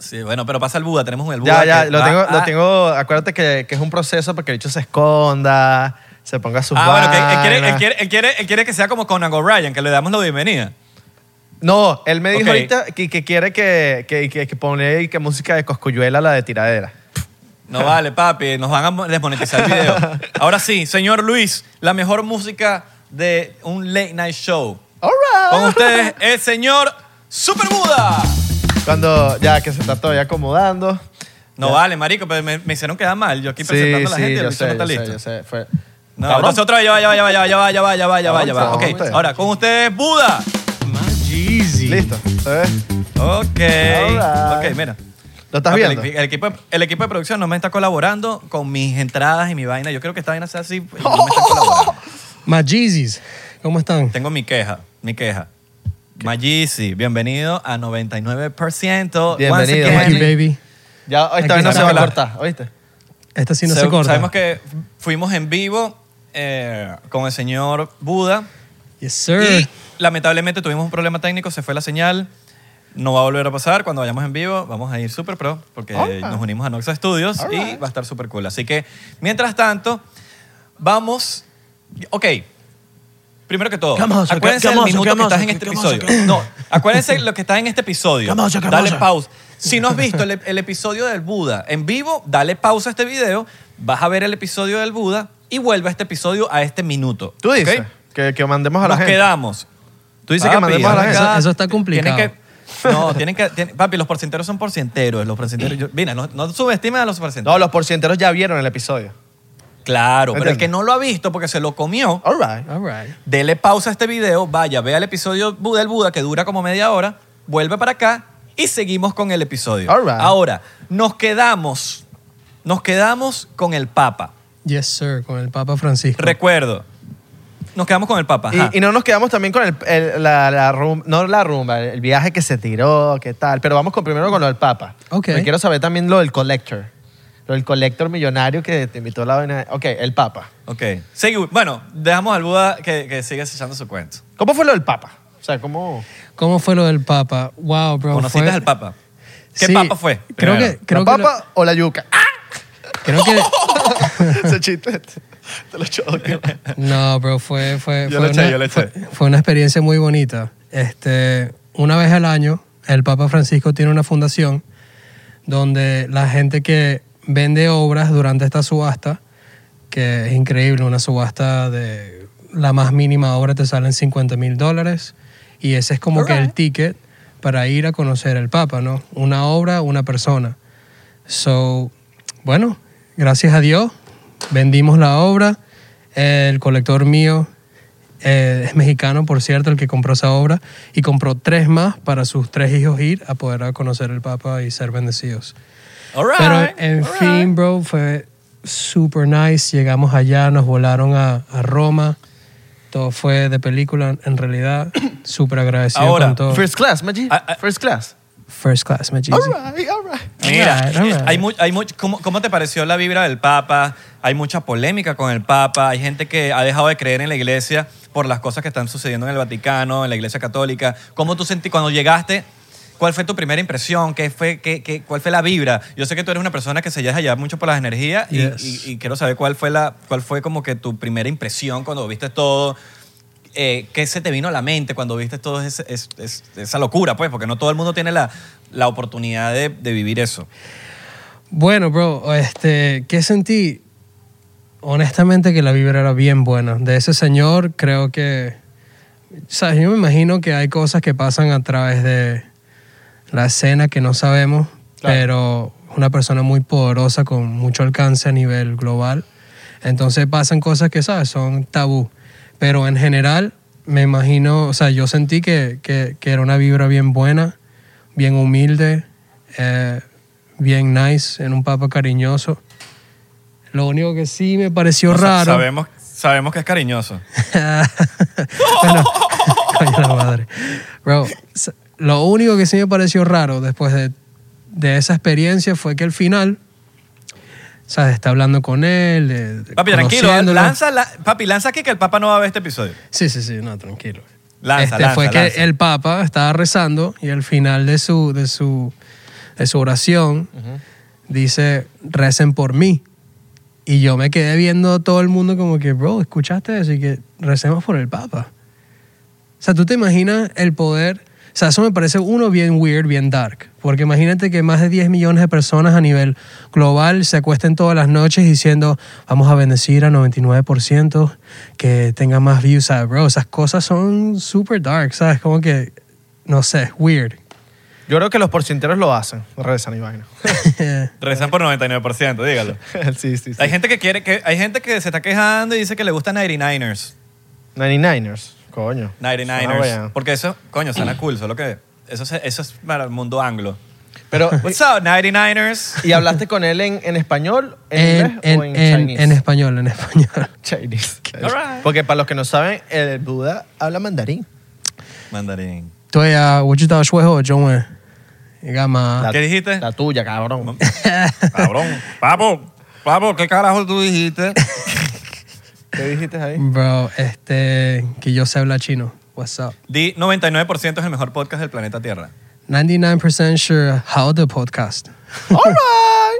[SPEAKER 3] Sí, bueno, pero pasa el Buda, tenemos el Buda. ah,
[SPEAKER 2] Ya, ya,
[SPEAKER 3] que
[SPEAKER 2] lo
[SPEAKER 3] va
[SPEAKER 2] tengo,
[SPEAKER 3] a-
[SPEAKER 2] lo tengo. Acuérdate que, que es un proceso para que el bicho se esconda, se ponga sus
[SPEAKER 3] Ah, bueno, que él- él
[SPEAKER 2] vainas.
[SPEAKER 3] quiere, él quiere- él quiere- él quiere que sea como Conan O'Brien, que le damos la bienvenida.
[SPEAKER 2] No, él me dijo
[SPEAKER 3] Ok.
[SPEAKER 2] ahorita que, que quiere que, que, que, que pone ahí que música de coscuyuela, la de tiradera.
[SPEAKER 3] No vale, papi, nos van a mo- desmonetizar el video. Ahora sí, señor Luis, la mejor música de un late night show.
[SPEAKER 2] All right.
[SPEAKER 3] Con ustedes, el señor Super Buda.
[SPEAKER 2] Cuando ya que se está todavía acomodando.
[SPEAKER 3] No vale, marico, pero me, me hicieron quedar mal. Yo aquí
[SPEAKER 2] Sí,
[SPEAKER 3] presentando a la
[SPEAKER 2] sí,
[SPEAKER 3] gente y el
[SPEAKER 2] yo
[SPEAKER 3] bicho
[SPEAKER 2] sé,
[SPEAKER 3] no está
[SPEAKER 2] yo sé,
[SPEAKER 3] listo.
[SPEAKER 2] yo sé. Fue...
[SPEAKER 3] No,
[SPEAKER 2] Cabrón.
[SPEAKER 3] entonces otra vez, ya va, ya va, ya va, ya va, ya va, ya va, ya va, ya va, ya va.
[SPEAKER 2] Cabrón,
[SPEAKER 3] Ok,
[SPEAKER 2] ustedes.
[SPEAKER 3] ahora con ustedes, Buda.
[SPEAKER 2] Listo, ¿se ve?
[SPEAKER 3] Ok.
[SPEAKER 2] Alright.
[SPEAKER 3] Ok, mira.
[SPEAKER 2] ¿Lo estás
[SPEAKER 3] Ok, el
[SPEAKER 2] viendo?
[SPEAKER 3] equi- El, equipo, el equipo de producción no me está colaborando con mis entradas y mi vaina. Yo creo que esta vaina sea así. y no me están colaborando.
[SPEAKER 1] Más Yeezys, ¿cómo están?
[SPEAKER 3] Tengo mi queja, mi queja. Mayisi, bienvenido a 99%. Once
[SPEAKER 2] Bienvenido,
[SPEAKER 3] again.
[SPEAKER 1] Thank you, baby.
[SPEAKER 2] Ya, hoy
[SPEAKER 1] Aquí
[SPEAKER 2] esta vez no se
[SPEAKER 1] está
[SPEAKER 2] va a
[SPEAKER 3] la-
[SPEAKER 2] cortar, ¿oíste?
[SPEAKER 1] Esta sí no
[SPEAKER 3] Sab-
[SPEAKER 1] se corta.
[SPEAKER 3] Sabemos que fuimos en vivo eh, con el señor Buda
[SPEAKER 1] Yes, sir.
[SPEAKER 2] Eh.
[SPEAKER 3] y lamentablemente tuvimos un problema técnico, se fue la señal. No va a volver a pasar. Cuando vayamos en vivo, vamos a ir super pro porque
[SPEAKER 2] Alright.
[SPEAKER 3] nos unimos a Noxa Studios y
[SPEAKER 2] Alright.
[SPEAKER 3] va a estar super cool. Así que, mientras tanto, vamos. Ok. Primero que todo,
[SPEAKER 1] Vamos,
[SPEAKER 3] acuérdense
[SPEAKER 1] vamos,
[SPEAKER 3] del minuto que
[SPEAKER 1] vamos,
[SPEAKER 3] estás en este
[SPEAKER 1] vamos,
[SPEAKER 3] episodio. No, acuérdense lo que está en este episodio.
[SPEAKER 1] Vamos, vamos.
[SPEAKER 3] Dale pausa. Si no has visto el, el episodio del Buda en vivo, dale pausa a este video, vas a ver el episodio del Buda y vuelve a este episodio a este minuto.
[SPEAKER 2] Tú
[SPEAKER 3] ¿ok?
[SPEAKER 2] dices que, que mandemos a la
[SPEAKER 3] Nos
[SPEAKER 2] gente.
[SPEAKER 3] quedamos.
[SPEAKER 2] Tú dices que mandemos a la gente.
[SPEAKER 1] acá- Eso- eso está complicado.
[SPEAKER 3] Tienen que, no, tienen que. tienen- papi, los porcenteros son porcenteros. Los porcenteros. yo- mira, no, no subestimes a los porcenteros.
[SPEAKER 2] No, los porcienteros ya vieron el episodio.
[SPEAKER 3] claro, pero el que
[SPEAKER 2] Entiendo.
[SPEAKER 3] no lo ha visto porque se lo comió,
[SPEAKER 2] All right.
[SPEAKER 1] All right.
[SPEAKER 3] dele pausa a este video, vaya, vea el episodio Bu- del Buda que dura como media hora, vuelve para acá y seguimos con el episodio.
[SPEAKER 2] All right.
[SPEAKER 3] Ahora, nos quedamos. Nos quedamos con el Papa.
[SPEAKER 1] Yes, sir, con el Papa Francisco.
[SPEAKER 3] Recuerdo. Nos quedamos con el Papa. ajá.
[SPEAKER 2] Y, y no nos quedamos también con el, el- la, la rum- no la rumba, el viaje que se tiró, qué tal. Pero vamos con, primero con lo del Papa.
[SPEAKER 1] Ok.
[SPEAKER 2] Porque quiero saber también lo del Collector. Lo del Collector millonario que te invitó a la vaina. Ok, el Papa.
[SPEAKER 3] Ok. Segui- bueno, dejamos al Buda que, que siga echando su cuento.
[SPEAKER 2] ¿Cómo fue lo del Papa? O sea, ¿cómo...?
[SPEAKER 1] ¿Cómo fue lo del Papa? Wow, bro.
[SPEAKER 3] ¿Conociste
[SPEAKER 1] fue-
[SPEAKER 3] al Papa? ¿Qué
[SPEAKER 1] Sí,
[SPEAKER 3] Papa fue?
[SPEAKER 1] Creo
[SPEAKER 3] primero?
[SPEAKER 1] que, creo
[SPEAKER 2] ¿La
[SPEAKER 1] que lo-
[SPEAKER 2] Papa o la yuca? ¡Ah!
[SPEAKER 1] creo que
[SPEAKER 2] Ese chiste te, te lo choqué.
[SPEAKER 1] No, bro, fue, fue,
[SPEAKER 3] Yo
[SPEAKER 1] fue
[SPEAKER 3] lo eché,
[SPEAKER 1] una,
[SPEAKER 3] yo lo eché.
[SPEAKER 1] Fue, fue una experiencia muy bonita. Este, una vez al año, el Papa Francisco tiene una fundación donde la gente que vende obras durante esta subasta, que es increíble, una subasta de la más mínima obra te salen 50 mil dólares y ese es como que el ticket para ir a conocer al Papa, ¿no? Una obra, una persona. So, bueno, gracias a Dios, vendimos la obra, el colector mío eh, es mexicano, por cierto, el que compró esa obra, y compró tres más para sus tres hijos ir a poder a conocer al Papa y ser bendecidos.
[SPEAKER 3] All right,
[SPEAKER 1] Pero en
[SPEAKER 3] all
[SPEAKER 1] fin,
[SPEAKER 3] right.
[SPEAKER 1] bro, fue super nice. Llegamos allá, nos volaron a, a Roma. Todo fue de película, en realidad. Súper agradecido
[SPEAKER 3] Ahora,
[SPEAKER 1] con todo. First,
[SPEAKER 2] First class, Maggi.
[SPEAKER 3] Ah, ah.
[SPEAKER 2] First class.
[SPEAKER 1] class, my
[SPEAKER 2] All
[SPEAKER 1] Jesus.
[SPEAKER 2] right, all right.
[SPEAKER 3] Mira,
[SPEAKER 1] All right, all right.
[SPEAKER 3] hay mu- hay mu- ¿cómo, cómo te pareció la vibra del Papa? Hay mucha polémica con el Papa, hay gente que ha dejado de creer en la iglesia por las cosas que están sucediendo en el Vaticano, en la iglesia católica. ¿Cómo tú sentí cuando llegaste? ¿Cuál fue tu primera impresión? ¿Qué fue, qué, qué- ¿Cuál fue la vibra? Yo sé que tú eres una persona que se deja llevar mucho por las energías y-
[SPEAKER 1] Yes.
[SPEAKER 3] y, y quiero saber cuál fue, la, cuál fue como que tu primera impresión cuando viste todo. Eh, ¿Qué se te vino a la mente cuando viste todo ese- es- es- esa locura? Pues porque no todo el mundo tiene la, la oportunidad de- de vivir eso.
[SPEAKER 1] Bueno, bro, este, ¿qué sentí? Honestamente que la vibra era bien buena. De ese señor creo que... ¿Sabes? Yo me imagino que hay cosas que pasan a través de la escena que no sabemos, pero una persona muy poderosa con mucho alcance a nivel global. Entonces pasan cosas que, ¿sabes? Son tabú. Pero en general, me imagino, o sea, yo sentí que, que- que era una vibra bien buena, bien humilde, eh, bien nice, en un papa cariñoso. Lo único que sí me pareció
[SPEAKER 3] O sea,
[SPEAKER 1] raro.
[SPEAKER 3] sabemos, sabemos que es cariñoso.
[SPEAKER 1] bueno, coño la madre. Bro, s- lo único que sí me pareció raro después de, de esa experiencia fue que al final, ¿sabes? Está hablando con él. de- de-
[SPEAKER 3] Papi, tranquilo.
[SPEAKER 1] conociéndolo.
[SPEAKER 3] Lanza, la- papi, lanza aquí que el Papa no va a ver este episodio.
[SPEAKER 1] Sí, sí, sí, no, tranquilo.
[SPEAKER 3] Lanza,
[SPEAKER 1] Este,
[SPEAKER 3] lanza,
[SPEAKER 1] fue que
[SPEAKER 3] lanza.
[SPEAKER 1] el Papa estaba rezando y al final de su, de su, de su oración dice, recen por mí. Y yo me quedé viendo a todo el mundo como que, bro, ¿escuchaste eso? Y que recemos por el Papa. O sea, tú te imaginas el poder. O sea, eso me parece uno bien weird, bien dark. Porque imagínate que más de 10 millones de personas a nivel global se acuesten todas las noches diciendo, vamos a bendecir a 99%, que tenga más views. O sea, bro, esas cosas son super dark, ¿sabes? Como que, no sé, weird.
[SPEAKER 2] Yo creo que los porcienteros lo hacen. Rezan y vaina.
[SPEAKER 3] Rezan por 99%, dígalo.
[SPEAKER 2] sí, sí, sí.
[SPEAKER 3] Hay gente que quiere que hay gente que se está quejando y dice que le gustan 99ers.
[SPEAKER 2] 99ers. Coño. Suena
[SPEAKER 3] 99ers.
[SPEAKER 2] buena.
[SPEAKER 3] Porque eso, coño, suena cool, solo que eso, se- eso es para el mundo anglo.
[SPEAKER 2] Pero,
[SPEAKER 3] What's up, 99ers?
[SPEAKER 2] ¿y hablaste con él en, en español, en, inglés o en,
[SPEAKER 1] en-
[SPEAKER 2] chinese?
[SPEAKER 1] en español, en español.
[SPEAKER 2] Chinese.
[SPEAKER 3] Alright.
[SPEAKER 2] Porque para los que no saben, el Buda habla mandarín.
[SPEAKER 3] Mandarín.
[SPEAKER 1] 对啊，我知道说会有中文，你干嘛
[SPEAKER 2] La-？
[SPEAKER 3] Ah. ¿Qué dijiste?
[SPEAKER 2] La tuya, cabrón.
[SPEAKER 3] Cabrón. Papo, papo, ¿qué carajo tú dijiste?
[SPEAKER 2] ¿Qué dijiste ahí?
[SPEAKER 1] Bro, este, que yo sé hablar chino. What's up?
[SPEAKER 3] Di 99% es el mejor podcast del planeta Tierra.
[SPEAKER 1] 99% sure how the podcast.
[SPEAKER 2] All right,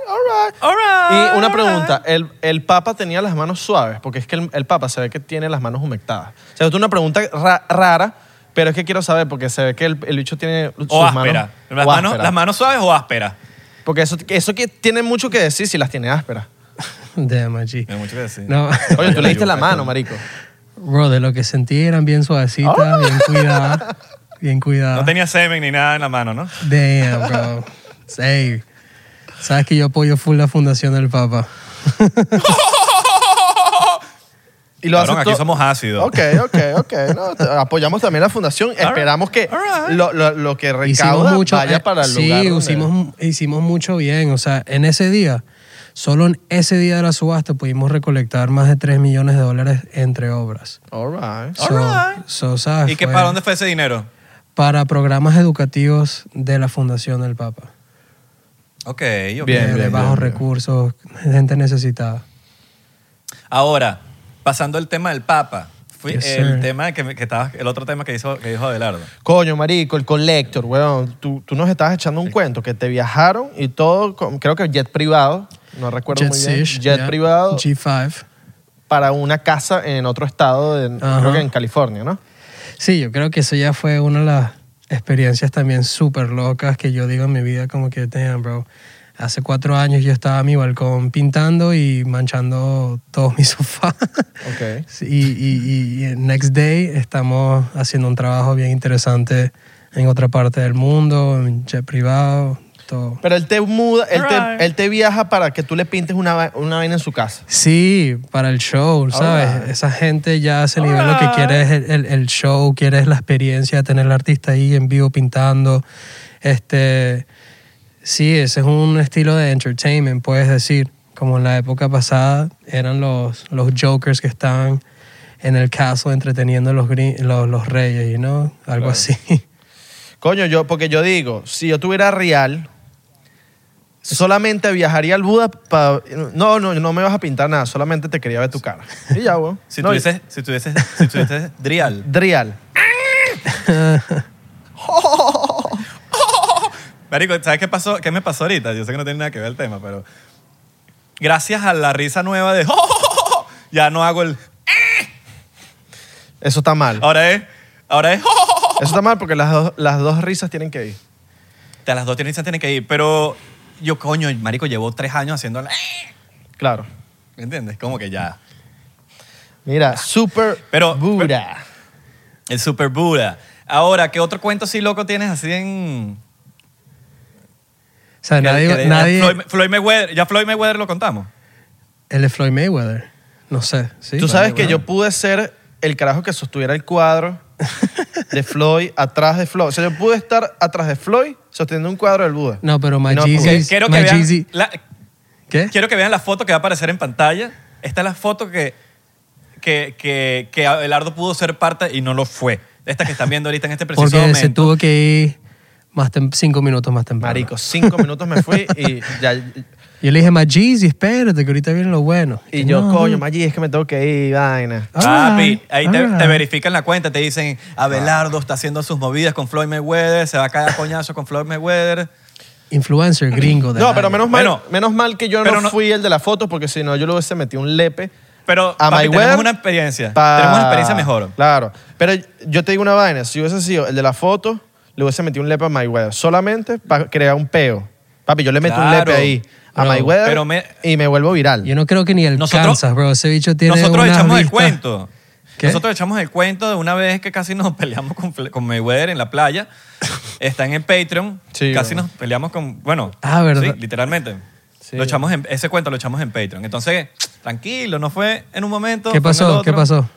[SPEAKER 2] all right.
[SPEAKER 3] All right.
[SPEAKER 2] Y una pregunta, el, el Papa tenía las manos suaves, porque es que el, el Papa se ve que tiene las manos humectadas. O sea, es una pregunta ra- rara, pero es que quiero saber, porque se ve que el, el bicho tiene sus
[SPEAKER 3] O áspera.
[SPEAKER 2] manos.
[SPEAKER 3] Las,
[SPEAKER 2] o
[SPEAKER 3] manos,
[SPEAKER 2] áspera.
[SPEAKER 3] las manos suaves o áspera.
[SPEAKER 2] Porque eso, eso que tiene mucho que decir si las tiene ásperas.
[SPEAKER 1] Damn, allí.
[SPEAKER 3] Hay mucho que decir.
[SPEAKER 1] No,
[SPEAKER 2] Oye, tú le diste la
[SPEAKER 3] Ayuda,
[SPEAKER 2] mano, marico.
[SPEAKER 1] bro, de lo que sentí eran bien suavecitas,
[SPEAKER 2] Ah.
[SPEAKER 1] bien cuidadas, bien
[SPEAKER 3] No
[SPEAKER 1] cuidadas.
[SPEAKER 3] tenía semen ni nada en la mano, ¿no?
[SPEAKER 1] Damn, bro. Save. Sabes que yo apoyo full la fundación del Papa.
[SPEAKER 2] Y lo
[SPEAKER 3] Cabrón,
[SPEAKER 2] hace
[SPEAKER 3] aquí
[SPEAKER 2] to-
[SPEAKER 3] somos ácidos.
[SPEAKER 2] Ok, ok, ok. no, te- apoyamos también la fundación. Esperamos que
[SPEAKER 3] all right.
[SPEAKER 2] lo, lo- lo que recauda vaya
[SPEAKER 1] eh,
[SPEAKER 2] para el
[SPEAKER 1] sí,
[SPEAKER 2] lugar. donde-
[SPEAKER 1] hicimos, hicimos mucho bien. O sea, en ese día, solo en ese día de la subasta pudimos recolectar más de 3 millones de dólares entre obras.
[SPEAKER 2] All right.
[SPEAKER 1] So-
[SPEAKER 3] Alright.
[SPEAKER 1] so, ¿sabes?
[SPEAKER 3] ¿Y qué,
[SPEAKER 1] Ah, Fue
[SPEAKER 3] para dónde fue ese dinero?
[SPEAKER 1] para programas educativos de la Fundación del Papa. Eh,
[SPEAKER 3] Ok, ok.
[SPEAKER 2] Bien,
[SPEAKER 1] de, de
[SPEAKER 2] bien,
[SPEAKER 1] bajos
[SPEAKER 2] bien, bien.
[SPEAKER 1] recursos, gente necesitada.
[SPEAKER 3] Ahora, pasando al tema del Papa. Fui-
[SPEAKER 1] Yes,
[SPEAKER 3] el
[SPEAKER 1] sir.
[SPEAKER 3] tema que, me- que estaba, el otro tema que, hizo, que dijo Abelardo.
[SPEAKER 2] Coño, marico, el collector, weón. Tú, tú nos estabas echando un cuento que te viajaron y todo, con- creo que jet privado, no recuerdo muy bien.
[SPEAKER 1] Sish,
[SPEAKER 2] jet
[SPEAKER 1] yeah.
[SPEAKER 2] privado
[SPEAKER 1] G5.
[SPEAKER 2] para una casa en otro estado, de-
[SPEAKER 1] Ajá.
[SPEAKER 2] creo que en California, ¿no?
[SPEAKER 1] Sí, yo creo que eso ya fue una de las experiencias también súper locas que yo digo en mi vida, como que, damn, bro, Hace cuatro años yo estaba en mi balcón pintando y manchando todo mi sofá.
[SPEAKER 2] Ok.
[SPEAKER 1] Sí, y, y- y- y el next day estamos haciendo un trabajo bien interesante en otra parte del mundo, en jet privado, todo.
[SPEAKER 2] Pero él te muda, él
[SPEAKER 4] Right.
[SPEAKER 2] te, él te viaja para que tú le pintes una, va- una vaina en su casa.
[SPEAKER 1] Sí, para el show, ¿sabes? Esa gente ya a ese nivel lo que quiere es el, el- el show, quiere es la experiencia de tener al artista ahí en vivo pintando. Este, sí, ese es un estilo de entertainment, puedes decir. Como en la época pasada eran los, los jokers que estaban en el caso entreteniendo a los, gri- los, los reyes, ¿no? Algo así.
[SPEAKER 2] Coño, yo, porque yo digo, si yo tuviera real, solamente viajaría al Buda para. No, no, no me vas a pintar nada, solamente te quería ver tu cara. Y ya, weón.
[SPEAKER 3] Si
[SPEAKER 2] No,
[SPEAKER 3] tuvieses, si tuvieses, si tuvieses Drial.
[SPEAKER 2] Drial.
[SPEAKER 3] Marico, ¿sabes qué pasó? ¿Qué me pasó ahorita? Yo sé que no tiene nada que ver el tema, pero gracias a la risa nueva de "Oh, ya no hago el
[SPEAKER 2] Eso está mal.
[SPEAKER 3] ahora es ahora es "Oh,
[SPEAKER 2] Eso está mal porque las, dos- las dos risas tienen que ir.
[SPEAKER 3] oh". a las dos tienen tienen que ir, pero yo coño, marico, llevo tres años haciendo el
[SPEAKER 2] Claro.
[SPEAKER 3] ¿me entiendes? Como que ya
[SPEAKER 2] Mira, Super
[SPEAKER 3] Pero-
[SPEAKER 2] Buda.
[SPEAKER 3] el super Buda. Ahora, ¿qué otro cuento así loco tienes así en
[SPEAKER 1] O sea,
[SPEAKER 3] que-
[SPEAKER 1] nadie...
[SPEAKER 3] que de-
[SPEAKER 1] nadie
[SPEAKER 3] Floyd, Floyd Mayweather, ya Floyd Mayweather lo contamos.
[SPEAKER 1] el de Floyd Mayweather. No sé. ¿sí?
[SPEAKER 2] Tú sabes que
[SPEAKER 3] weón.
[SPEAKER 2] yo pude ser el carajo que sostuviera el cuadro de Floyd atrás de Floyd. O sea, yo pude estar atrás de Floyd sosteniendo un cuadro del Buda.
[SPEAKER 1] No, pero My
[SPEAKER 2] No,
[SPEAKER 1] Jeezy-
[SPEAKER 2] Jeez,
[SPEAKER 3] Quiero
[SPEAKER 1] My ¿Eh?
[SPEAKER 3] que vean
[SPEAKER 1] Jeezy-
[SPEAKER 3] la-
[SPEAKER 1] ¿Qué?
[SPEAKER 3] Quiero que vean la foto que va a aparecer en pantalla. Esta es la foto que, que, que, que Abelardo pudo ser parte y no lo fue. Esta que están viendo ahorita en este preciso
[SPEAKER 1] Porque se
[SPEAKER 3] momento.
[SPEAKER 1] tuvo que ir más tem- cinco minutos más temprano.
[SPEAKER 2] Marico, cinco minutos me fui y ya
[SPEAKER 1] Yo le dije, Majizzi, espérate, que ahorita viene lo bueno.
[SPEAKER 2] Y yo,
[SPEAKER 1] no,
[SPEAKER 2] coño,
[SPEAKER 1] no.
[SPEAKER 2] Maggi, es que me tengo que ir, vaina.
[SPEAKER 1] Ah,
[SPEAKER 3] Papi, ahí te,
[SPEAKER 1] Alright.
[SPEAKER 3] te verifican la cuenta, te dicen Abelardo está haciendo sus movidas con Floyd Mayweather, se va a caer a coñazo con Floyd Mayweather.
[SPEAKER 1] Influencer gringo. de
[SPEAKER 2] No,
[SPEAKER 1] la-
[SPEAKER 2] pero menos mal,
[SPEAKER 3] Bueno,
[SPEAKER 2] menos mal que yo
[SPEAKER 3] pero
[SPEAKER 2] no,
[SPEAKER 3] no-
[SPEAKER 2] fui el de la foto, porque si no, yo le hubiese metido un lepe.
[SPEAKER 3] Pero
[SPEAKER 2] a
[SPEAKER 3] papi,
[SPEAKER 2] Mayweather
[SPEAKER 3] tenemos una experiencia,
[SPEAKER 2] pa-
[SPEAKER 3] tenemos una experiencia mejor.
[SPEAKER 2] Claro, pero yo te digo una vaina, si hubiese sido el de la foto, le hubiese metido un lepe a Mayweather, solamente para crear un peo. Papi, yo le meto un
[SPEAKER 3] Claro.
[SPEAKER 2] lepe ahí a
[SPEAKER 3] Bro,
[SPEAKER 2] Mayweather
[SPEAKER 3] pero me-
[SPEAKER 2] y me vuelvo viral.
[SPEAKER 1] Yo no creo que ni el
[SPEAKER 3] Nosotros-
[SPEAKER 1] Kansas, bro. Ese bicho tiene
[SPEAKER 3] Nosotros
[SPEAKER 1] unas
[SPEAKER 3] echamos el
[SPEAKER 1] vistas-
[SPEAKER 3] cuento.
[SPEAKER 1] ¿Qué?
[SPEAKER 3] Nosotros echamos el cuento de una vez que casi nos peleamos con, Fle- con Mayweather en la playa. Está en el Patreon.
[SPEAKER 2] Sí,
[SPEAKER 3] casi
[SPEAKER 2] bueno.
[SPEAKER 3] nos peleamos con. Bueno,
[SPEAKER 1] Ah, ¿verdad?
[SPEAKER 3] sí, literalmente.
[SPEAKER 2] Sí.
[SPEAKER 3] Lo echamos en- ese cuento lo echamos en Patreon. Entonces, tranquilo, no fue en un momento.
[SPEAKER 1] ¿Qué
[SPEAKER 3] fue en el
[SPEAKER 1] pasó?
[SPEAKER 3] otro.
[SPEAKER 1] ¿Qué pasó?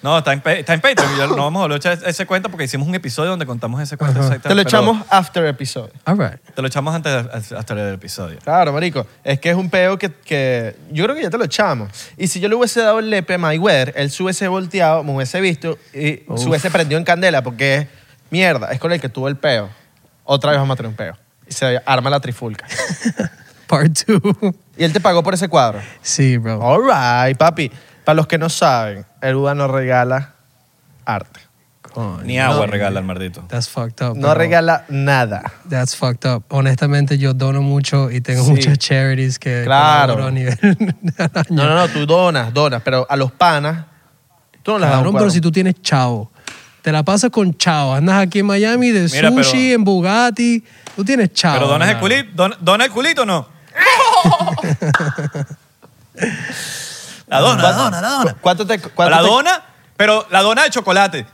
[SPEAKER 3] No, está en, Pa- está en Patreon. y ya no vamos a volver a echar ese cuento porque hicimos un episodio donde contamos ese cuento. exacto,
[SPEAKER 2] te lo
[SPEAKER 3] pero
[SPEAKER 2] echamos after episode.
[SPEAKER 1] All right.
[SPEAKER 3] Te lo echamos antes de- hasta el episodio.
[SPEAKER 2] Claro, marico. Es que es un peo que, que- yo creo que ya te lo echamos. Y si yo le hubiese dado el lepe a Mayweather, él se hubiese volteado, me hubiese visto y se hubiese prendido en candela porque es mierda. Es con el que tuvo el peo. Otra vez vamos a tener un peo. Y se arma la trifulca.
[SPEAKER 1] Part 2.
[SPEAKER 2] y él te pagó por ese cuadro.
[SPEAKER 1] Sí, bro.
[SPEAKER 2] All right, papi. Para los que no saben, el Buda no regala arte.
[SPEAKER 1] Coño.
[SPEAKER 3] Ni agua regala el maldito.
[SPEAKER 1] That's fucked up.
[SPEAKER 2] No
[SPEAKER 1] bro.
[SPEAKER 2] regala nada.
[SPEAKER 1] That's fucked up. Honestamente, yo dono mucho y tengo
[SPEAKER 2] Sí.
[SPEAKER 1] muchas charities que
[SPEAKER 2] Claro.
[SPEAKER 1] colaboro a nivel
[SPEAKER 2] No, no, no. Tú donas, donas. Pero a los panas, tú no les das un
[SPEAKER 1] Cabrón, pero
[SPEAKER 2] cuadro.
[SPEAKER 1] si tú tienes chavo, te la pasas con chavo, andas aquí en Miami de
[SPEAKER 3] Mira,
[SPEAKER 1] sushi,
[SPEAKER 3] pero-
[SPEAKER 1] en Bugatti, tú tienes chavo.
[SPEAKER 2] Ah,
[SPEAKER 3] Pero donas el
[SPEAKER 1] ¿verdad?
[SPEAKER 3] culito, don- dona el culito o no. la dona, la dona, la dona.
[SPEAKER 2] ¿Cu- ¿Cuánto te, cuánto
[SPEAKER 3] La
[SPEAKER 2] te-
[SPEAKER 3] dona, pero la dona de chocolate.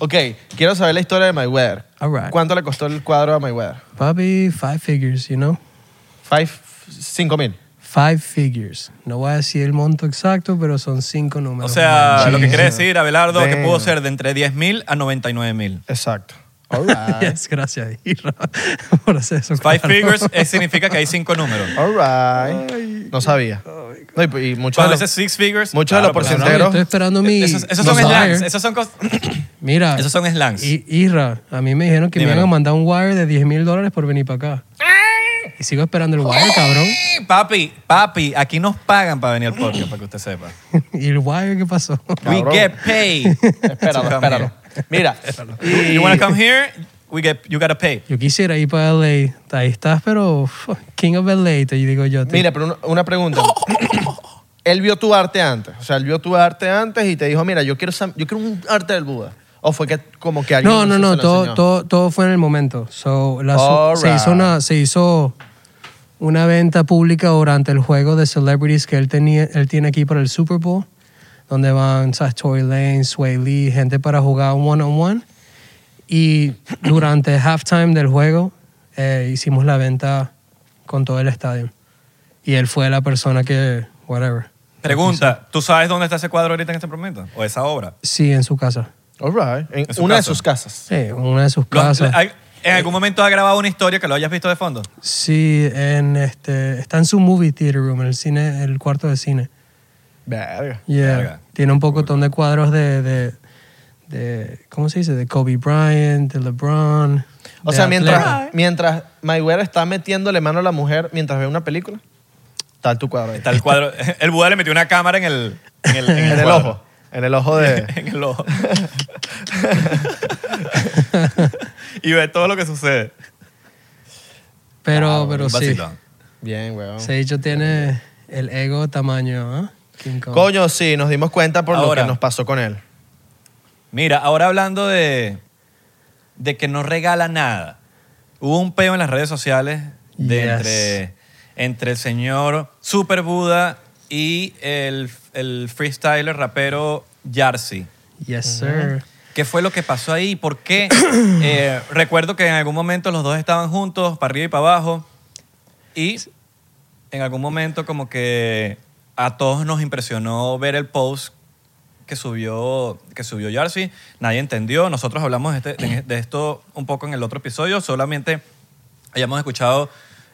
[SPEAKER 2] Ok, quiero saber la historia de Mayweather.
[SPEAKER 1] All right.
[SPEAKER 2] ¿Cuánto le costó el cuadro a Mayweather?
[SPEAKER 1] Papi, five figures, you know?
[SPEAKER 2] Five, cinco mil.
[SPEAKER 1] Five figures. No voy a decir el monto exacto, pero son cinco números.
[SPEAKER 3] O sea, lo que quiere
[SPEAKER 1] crees
[SPEAKER 3] decir Abelardo que
[SPEAKER 2] Damn.
[SPEAKER 3] pudo ser de entre 10.000 a 99.000.
[SPEAKER 2] Exacto. All right.
[SPEAKER 1] Yes, gracias, Irra, por hacer eso.
[SPEAKER 3] Five
[SPEAKER 1] claro.
[SPEAKER 3] figures eh, significa que hay cinco números.
[SPEAKER 2] All right. No sabía. No, y, y muchos de
[SPEAKER 3] Cuando
[SPEAKER 2] los-
[SPEAKER 3] dice six figures.
[SPEAKER 2] muchos de los
[SPEAKER 3] pero- E-,
[SPEAKER 1] Cabrón,
[SPEAKER 2] porcentajes- Entero.
[SPEAKER 1] Estoy esperando mi.
[SPEAKER 3] Esos, esos son
[SPEAKER 1] desire.
[SPEAKER 3] slangs. Esos son, cos-
[SPEAKER 1] Mira.
[SPEAKER 3] esos son slangs.
[SPEAKER 1] I- Isra, a mí me dijeron que me
[SPEAKER 3] Dímelo.
[SPEAKER 1] iban a mandar un wire de 10 mil dólares por venir para acá. Y sigo esperando el wire, cabrón.
[SPEAKER 3] Papi, papi, aquí nos pagan para venir al podcast, para que usted sepa.
[SPEAKER 1] ¿Y el wire qué pasó?
[SPEAKER 2] Cabrón.
[SPEAKER 3] We get paid.
[SPEAKER 2] Espéralo,
[SPEAKER 3] Come
[SPEAKER 2] espéralo. Mira.
[SPEAKER 3] here. You wanna come here? We get, you gotta pay.
[SPEAKER 1] Yo quisiera ir para LA. Ahí estás, pero uf, King of LA, te digo yo. a ti.
[SPEAKER 2] Mira, pero una, una pregunta. él vio tu arte antes. O sea, él vio tu arte antes y te dijo, mira, yo quiero, esa- yo quiero un arte del Buda. ¿O fue que como que alguien
[SPEAKER 1] No, no,
[SPEAKER 2] se
[SPEAKER 1] no,
[SPEAKER 2] lo
[SPEAKER 1] todo,
[SPEAKER 2] enseñó?
[SPEAKER 1] todo, todo fue en el momento. So, la su- se,
[SPEAKER 2] Alright.
[SPEAKER 1] hizo una, se hizo una venta pública durante el juego de celebrities que él, tenía, él tiene aquí para el Super Bowl, donde van ¿sabes? Tory Lane, Sway Lee, gente para jugar one-on-one. Y durante halftime del juego eh, hicimos la venta con todo el estadio. Y él fue la persona que, whatever.
[SPEAKER 3] Pregunta, ¿tú sabes dónde está ese cuadro ahorita en este momento? ¿O esa obra?
[SPEAKER 1] Sí, en su casa.
[SPEAKER 2] All right. En
[SPEAKER 3] En su
[SPEAKER 2] una
[SPEAKER 3] casa.
[SPEAKER 2] de sus casas.
[SPEAKER 1] Sí, en una de sus
[SPEAKER 3] ¿Lo has-
[SPEAKER 1] casas.
[SPEAKER 3] le- hay-
[SPEAKER 2] Eh.
[SPEAKER 3] ¿En algún momento has grabado una historia que lo hayas visto de fondo?
[SPEAKER 1] Sí, en este, está en su movie theater room, el cine, el cuarto de cine.
[SPEAKER 2] Verga.
[SPEAKER 1] Yeah.
[SPEAKER 3] Verga.
[SPEAKER 1] Tiene un pocotón de cuadros de, de, de- ¿cómo se dice? De Kobe Bryant, de LeBron.
[SPEAKER 2] O
[SPEAKER 1] de
[SPEAKER 2] sea, mientras,
[SPEAKER 1] atleta.
[SPEAKER 2] mientras Mayweather está metiéndole mano a la mujer mientras ve una película, tal tu cuadro ahí.
[SPEAKER 3] Está el cuadro. El Buda le metió una cámara en el, en el, en
[SPEAKER 2] en
[SPEAKER 3] el
[SPEAKER 2] el,
[SPEAKER 3] cuadro.
[SPEAKER 2] ojo. En el ojo de...
[SPEAKER 3] en el ojo. y ve todo lo que sucede.
[SPEAKER 1] Pero,
[SPEAKER 3] Ah,
[SPEAKER 1] pero
[SPEAKER 3] un
[SPEAKER 1] sí.
[SPEAKER 3] vacilón.
[SPEAKER 2] Bien, weón.
[SPEAKER 1] Ese dicho tiene el ego tamaño, ¿ah? King Kong.
[SPEAKER 2] Coño, sí, nos dimos cuenta por
[SPEAKER 3] Ahora.
[SPEAKER 2] lo que nos pasó con él.
[SPEAKER 3] Mira, ahora hablando de, de que no regala nada. Hubo un peo en las redes sociales de
[SPEAKER 1] Yes.
[SPEAKER 3] entre, entre el señor Super Buda y el, el freestyler rapero Yarsi.
[SPEAKER 1] Yes, sir.
[SPEAKER 3] ¿Qué fue lo que pasó ahí? ¿Por qué? Eh, recuerdo que en algún momento los dos estaban juntos, para arriba y para abajo, y en algún momento como que a todos nos impresionó ver el post que subió que subió Yarsi. Nadie entendió. Nosotros hablamos de, este- de- de esto un poco en el otro episodio. Solamente hayamos escuchado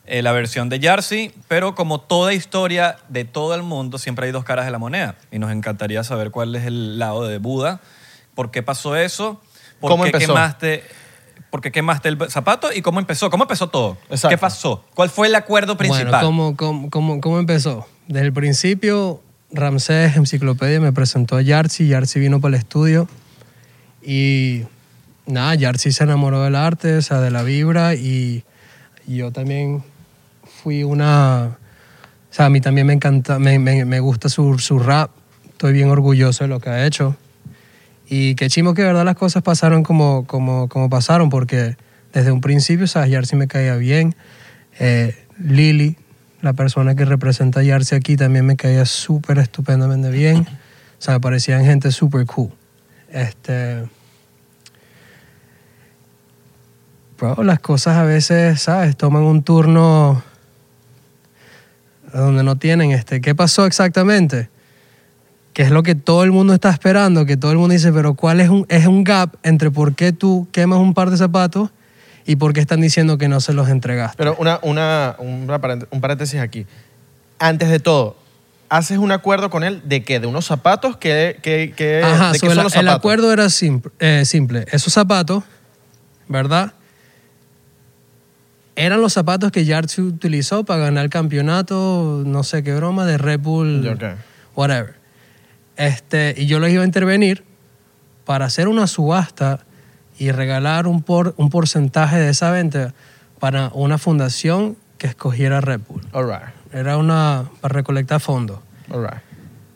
[SPEAKER 3] eh, la versión de Yarsi, pero como toda historia de todo el mundo, siempre hay dos caras de la moneda. Y nos encantaría saber cuál es el lado de Buda. ¿Por qué pasó eso? ¿Por
[SPEAKER 2] ¿Cómo
[SPEAKER 3] qué
[SPEAKER 2] empezó?
[SPEAKER 3] quemaste? ¿Por qué quemaste el zapato y cómo empezó? ¿Cómo empezó todo?
[SPEAKER 2] Exacto.
[SPEAKER 3] ¿Qué pasó? ¿Cuál fue el acuerdo principal?
[SPEAKER 1] Bueno, ¿cómo, cómo, cómo, cómo empezó? Desde el principio, Ramsés Enciclopedia me presentó a Yarsi. Yarsi vino para el estudio y nada, Yarsi se enamoró del arte, o sea, de la vibra y yo también fui una... O sea, a mí también me encanta, me, me- me gusta su, su rap. Estoy bien orgulloso de lo que ha hecho. Y qué chimo que de verdad las cosas pasaron como, como, como pasaron, porque desde un principio, sabes, Yarsi me caía bien. Eh, Lili, la persona que representa a Yarsi aquí, también me caía súper estupendamente bien. O sea, me parecían gente súper cool. Este. Bro, las cosas a veces, ¿sabes? Toman un turno donde no tienen este. ¿Qué pasó exactamente? Que es lo que todo el mundo está esperando, que todo el mundo dice, pero ¿cuál es un, es un gap entre por qué tú quemas un par de zapatos y por qué están diciendo que no se los entregaste?
[SPEAKER 2] Pero una, una, un, aparente- un paréntesis aquí. Antes de todo, haces un acuerdo con él de que de unos zapatos que, que, que
[SPEAKER 1] Ajá,
[SPEAKER 2] de
[SPEAKER 1] so
[SPEAKER 2] qué
[SPEAKER 1] el,
[SPEAKER 2] son los
[SPEAKER 1] el
[SPEAKER 2] zapatos.
[SPEAKER 1] acuerdo era simple, eh, simple. Esos zapatos, ¿verdad? Eran los zapatos que Yartzi utilizó para ganar el campeonato, no sé qué broma, de Red Bull,
[SPEAKER 2] Ya, ok.
[SPEAKER 1] whatever. Este, y yo les iba a intervenir para hacer una subasta y regalar un, por, un porcentaje de esa venta para una fundación que escogiera Red Bull.
[SPEAKER 2] All right,
[SPEAKER 1] Era una para recolectar fondos.
[SPEAKER 2] all right.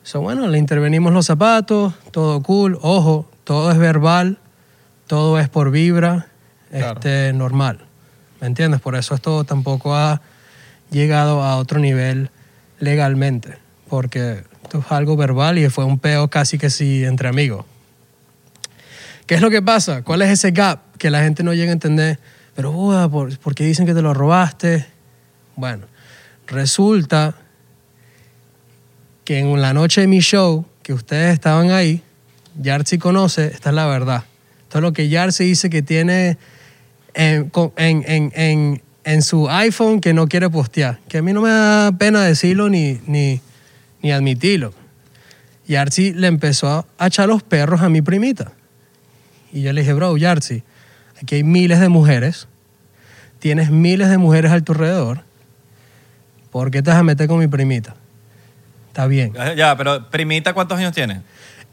[SPEAKER 1] So, bueno, le intervenimos los zapatos, todo cool, ojo, todo es verbal, todo es por vibra,
[SPEAKER 2] Claro.
[SPEAKER 1] este, normal. ¿Me entiendes? Por eso esto tampoco ha llegado a otro nivel legalmente, porque esto es algo verbal y fue un peo casi que sí entre amigos. ¿Qué es lo que pasa? ¿Cuál es ese gap que la gente no llega a entender? Pero, Buda, ¿por, por qué dicen que te lo robaste? Bueno, resulta que en la noche de mi show, que ustedes estaban ahí, Yarsi conoce, esta es la verdad. Esto es lo que Yarsi dice que tiene en, con- en- en- en- en su iPhone que no quiere postear. Que a mí no me da pena decirlo ni, ni, ni admitirlo. Yarsi le empezó a, a echar los perros a mi primita. Y yo le dije, bro, Yarsi, aquí hay miles de mujeres. Tienes miles de mujeres a tu alrededor. ¿Por qué te vas a meter con mi primita? Está bien.
[SPEAKER 3] Ah, Ya, pero primita, ¿cuántos años tiene?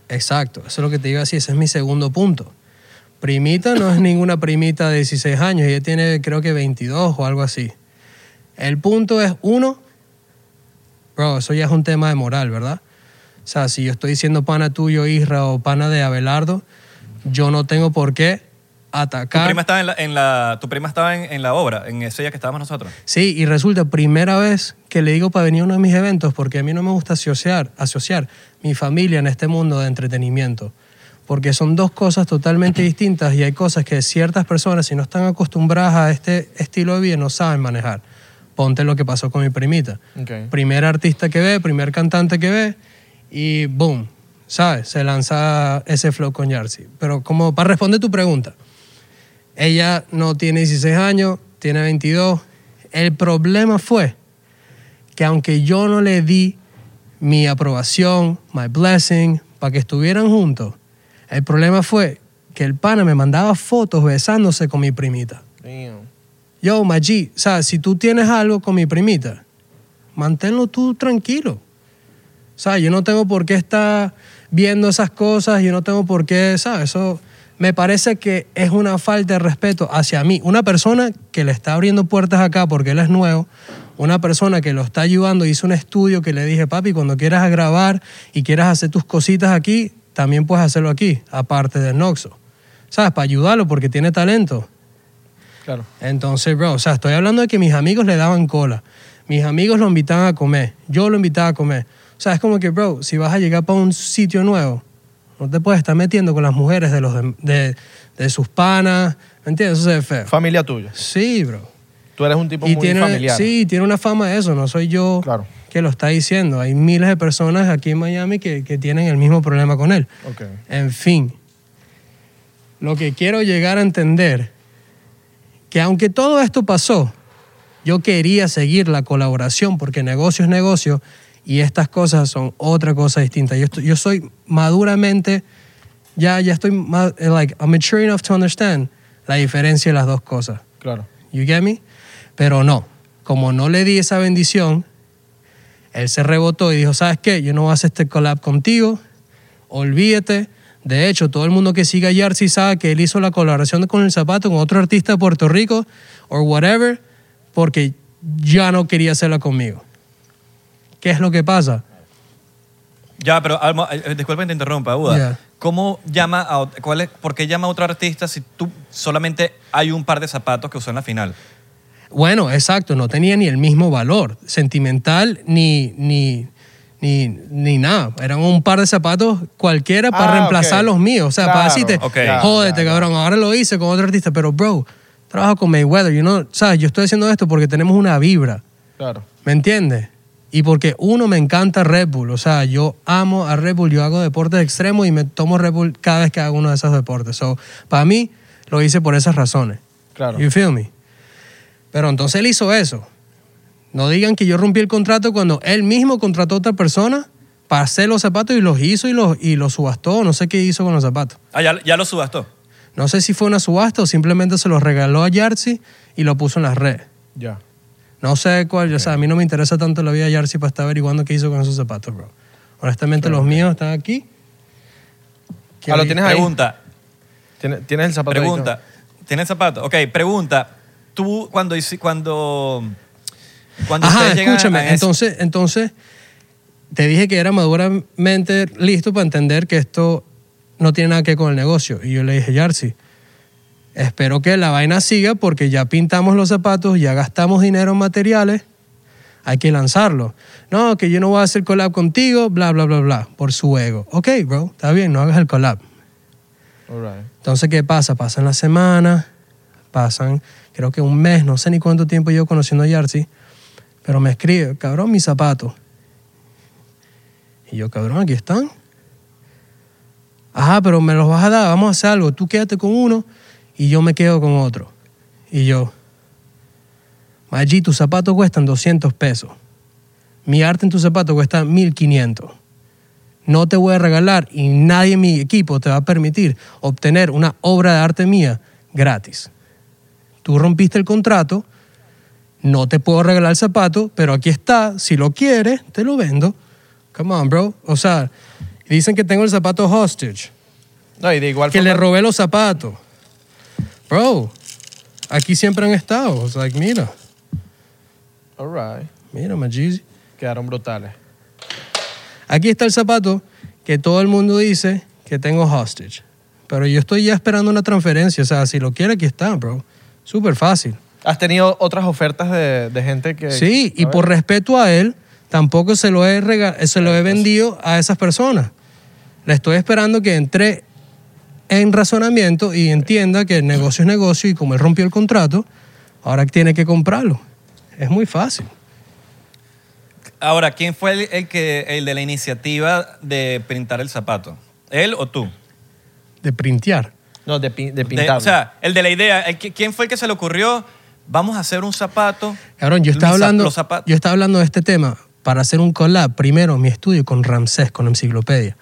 [SPEAKER 1] Exacto, eso es lo que te iba a decir, ese es mi segundo punto. Primita no es ninguna primita de 16 años, ella tiene creo que 22 o algo así. El punto es, uno, bro, eso ya es un tema de moral, ¿verdad? O sea, si yo estoy diciendo pana tuyo, Isra, o pana de Abelardo, yo no tengo por qué
[SPEAKER 3] Tu
[SPEAKER 1] atacar.
[SPEAKER 3] prima estaba en la, en la- tu prima estaba en, en la obra, en ese día que estábamos nosotros.
[SPEAKER 1] Sí, y resulta, primera vez que le digo para venir a uno de mis eventos, porque a mí no me gusta asociar, asociar mi familia en este mundo de entretenimiento, porque son dos cosas totalmente distintas y hay cosas que ciertas personas, si no están acostumbradas a este estilo de vida, no saben manejar. Ponte lo que pasó con mi primita.
[SPEAKER 2] Ok.
[SPEAKER 1] Primer artista que ve, primer cantante que ve, y boom, ¿sabes? Se lanza ese flow con Yarsi. Pero como para responder tu pregunta, ella no tiene 16 años, tiene 22. El problema fue que aunque yo no le di mi aprobación, my blessing, para que estuvieran juntos, el problema fue que el pana me mandaba fotos besándose con mi primita.
[SPEAKER 2] Damn.
[SPEAKER 1] Yo, Maggi, o sea, si tú tienes algo con mi primita, manténlo tú tranquilo. O sea, yo no tengo por qué estar viendo esas cosas, yo no tengo por qué, ¿sabes? Eso me parece que es una falta de respeto hacia mí. Una persona que le está abriendo puertas acá porque él es nuevo, una persona que lo está ayudando, hizo un estudio que le dije, papi, cuando quieras grabar y quieras hacer tus cositas aquí, también puedes hacerlo aquí, aparte del Noxo. ¿Sabes? Para ayudarlo porque tiene talento.
[SPEAKER 2] Claro.
[SPEAKER 1] Entonces, bro, o sea, estoy hablando de que mis amigos le daban cola. Mis amigos lo invitaban a comer. Yo lo invitaba a comer. O sea, es como que, bro, si vas a llegar para un sitio nuevo, no te puedes estar metiendo con las mujeres de, los dem- de, de sus panas. ¿Me entiendes? Eso se ve feo.
[SPEAKER 2] Familia tuya.
[SPEAKER 1] Sí, bro.
[SPEAKER 2] Tú eres un tipo muy
[SPEAKER 1] tiene,
[SPEAKER 2] familiar.
[SPEAKER 1] Sí, tiene una fama de eso. No soy yo
[SPEAKER 2] Claro.
[SPEAKER 1] que lo está diciendo. Hay miles de personas aquí en Miami que, que tienen el mismo problema con él.
[SPEAKER 2] Ok.
[SPEAKER 1] En fin, lo que quiero llegar a entender, que aunque todo esto pasó, yo quería seguir la colaboración porque negocio es negocio y estas cosas son otra cosa distinta. Yo, estoy- yo soy maduramente, ya, ya estoy, ma- like, I'm mature enough to understand la diferencia de las dos cosas.
[SPEAKER 2] Claro.
[SPEAKER 1] You get me? Pero no, como no le di esa bendición, él se rebotó y dijo, ¿sabes qué? Yo no voy a hacer este collab contigo, olvídate. De hecho, todo el mundo que sigue a Yarsi sabe que él hizo la colaboración con El Zapato, con otro artista de Puerto Rico, or whatever, porque ya no quería hacerla conmigo. ¿Qué es lo que pasa?
[SPEAKER 3] Ya, pero Alma, eh, eh, disculpa que te interrumpa, Buda.
[SPEAKER 1] Ya.
[SPEAKER 3] ¿Cómo llama a, ot- cuál es, ¿Por qué llama a otro artista si tú solamente hay un par de zapatos que usó en la final?
[SPEAKER 1] Bueno, exacto, no tenía ni el mismo valor sentimental ni, ni, ni, ni nada. Eran un par de zapatos cualquiera para
[SPEAKER 2] Ah,
[SPEAKER 1] reemplazar
[SPEAKER 2] ok.
[SPEAKER 1] los míos. O sea, para
[SPEAKER 2] Claro,
[SPEAKER 1] decirte,
[SPEAKER 3] ok. Ya,
[SPEAKER 1] jódete,
[SPEAKER 2] ya, ya.
[SPEAKER 1] cabrón, ahora lo hice con otro artista, pero bro, trabajo con Mayweather, you know, ¿sabes? Yo estoy haciendo esto porque tenemos una vibra.
[SPEAKER 2] Claro.
[SPEAKER 1] ¿Me entiendes? Y porque uno me encanta Red Bull, o sea, yo amo a Red Bull, yo hago deportes extremos y me tomo Red Bull cada vez que hago uno de esos deportes. So, para mí lo hice por esas razones.
[SPEAKER 2] Claro.
[SPEAKER 1] You feel me? Pero entonces él hizo eso. No digan que yo rompí el contrato cuando él mismo contrató a otra persona para hacer los zapatos y los hizo y los, y los subastó, no sé qué hizo con los zapatos.
[SPEAKER 3] Ah, ya, ya lo subastó.
[SPEAKER 1] No sé si fue una subasta o simplemente se los regaló a Yartzi y lo puso en las redes.
[SPEAKER 2] Ya.
[SPEAKER 1] No sé cuál, o sea, a mí no me interesa tanto la vida de Yarsi para estar averiguando qué hizo con esos zapatos, bro. Honestamente, los míos están aquí.
[SPEAKER 2] Ah, lo tienes ahí.
[SPEAKER 3] Pregunta,
[SPEAKER 2] ¿Tienes, tienes el zapato ahí,
[SPEAKER 3] pregunta. ¿Tienes zapatos? Ok, pregunta. Tú cuando hici- cuando cuando
[SPEAKER 1] Ajá,
[SPEAKER 3] ustedes llegan
[SPEAKER 1] escúchame.
[SPEAKER 3] a ese-
[SPEAKER 1] entonces, entonces, te dije que era maduramente listo para entender que esto no tiene nada que ver con el negocio. Y yo le dije, Yarsi, espero que la vaina siga porque ya pintamos los zapatos, ya gastamos dinero en materiales, hay que lanzarlo. No, que yo no voy a hacer collab contigo, bla, bla, bla, bla, por su ego. Ok, bro, está bien, no hagas el collab.
[SPEAKER 2] All right.
[SPEAKER 1] Entonces, ¿qué pasa? Pasan las semanas, pasan, creo que un mes, no sé ni cuánto tiempo yo conociendo a Yarsi, pero me escribe, cabrón, mis zapatos. Y yo, cabrón, aquí están. Ajá, pero me los vas a dar, vamos a hacer algo. Tú quédate con uno y yo me quedo con otro. Y yo, Maggi, tus zapatos cuestan 200 pesos. Mi arte en tus zapatos cuesta 1500 no te voy a regalar y nadie en mi equipo te va a permitir obtener una obra de arte mía gratis. Tú rompiste el contrato, no te puedo regalar el zapato, pero aquí está, si lo quieres, te lo vendo. Come on, bro. O sea, dicen que tengo el zapato hostage,
[SPEAKER 2] No, y de igual
[SPEAKER 1] que le
[SPEAKER 2] forma-
[SPEAKER 1] robé los zapatos. Bro, aquí siempre han estado. O sea, mira,
[SPEAKER 2] All right.
[SPEAKER 1] mira, Majizzy.
[SPEAKER 2] Quedaron brutales.
[SPEAKER 1] Aquí está el zapato que todo el mundo dice que tengo hostage. Pero yo estoy ya esperando una transferencia. O sea, si lo quiere, aquí está, bro. Súper fácil.
[SPEAKER 2] ¿Has tenido otras ofertas de, de gente que...
[SPEAKER 1] Sí, y
[SPEAKER 2] a ver.
[SPEAKER 1] por respeto a él, tampoco se lo he, rega- eh, se lo he vendido a esas personas. Le estoy esperando que entre en razonamiento y entienda que el negocio es negocio y como él rompió el contrato, ahora tiene que comprarlo. Es muy fácil.
[SPEAKER 3] Ahora, ¿quién fue el, el que, el de la iniciativa de pintar el zapato? ¿Él o tú?
[SPEAKER 1] De printear.
[SPEAKER 2] No, de, pin- de
[SPEAKER 3] De-
[SPEAKER 2] pintarlo.
[SPEAKER 3] o sea, el de la idea. el que- ¿Quién fue el que se le ocurrió? Vamos a hacer un zapato.
[SPEAKER 1] Cabrón, yo estaba
[SPEAKER 3] Los zap-
[SPEAKER 1] hablando,
[SPEAKER 3] los zapatos.
[SPEAKER 1] yo estaba hablando de este tema para hacer un collab. Primero, mi estudio con Ramsés, con Enciclopedia.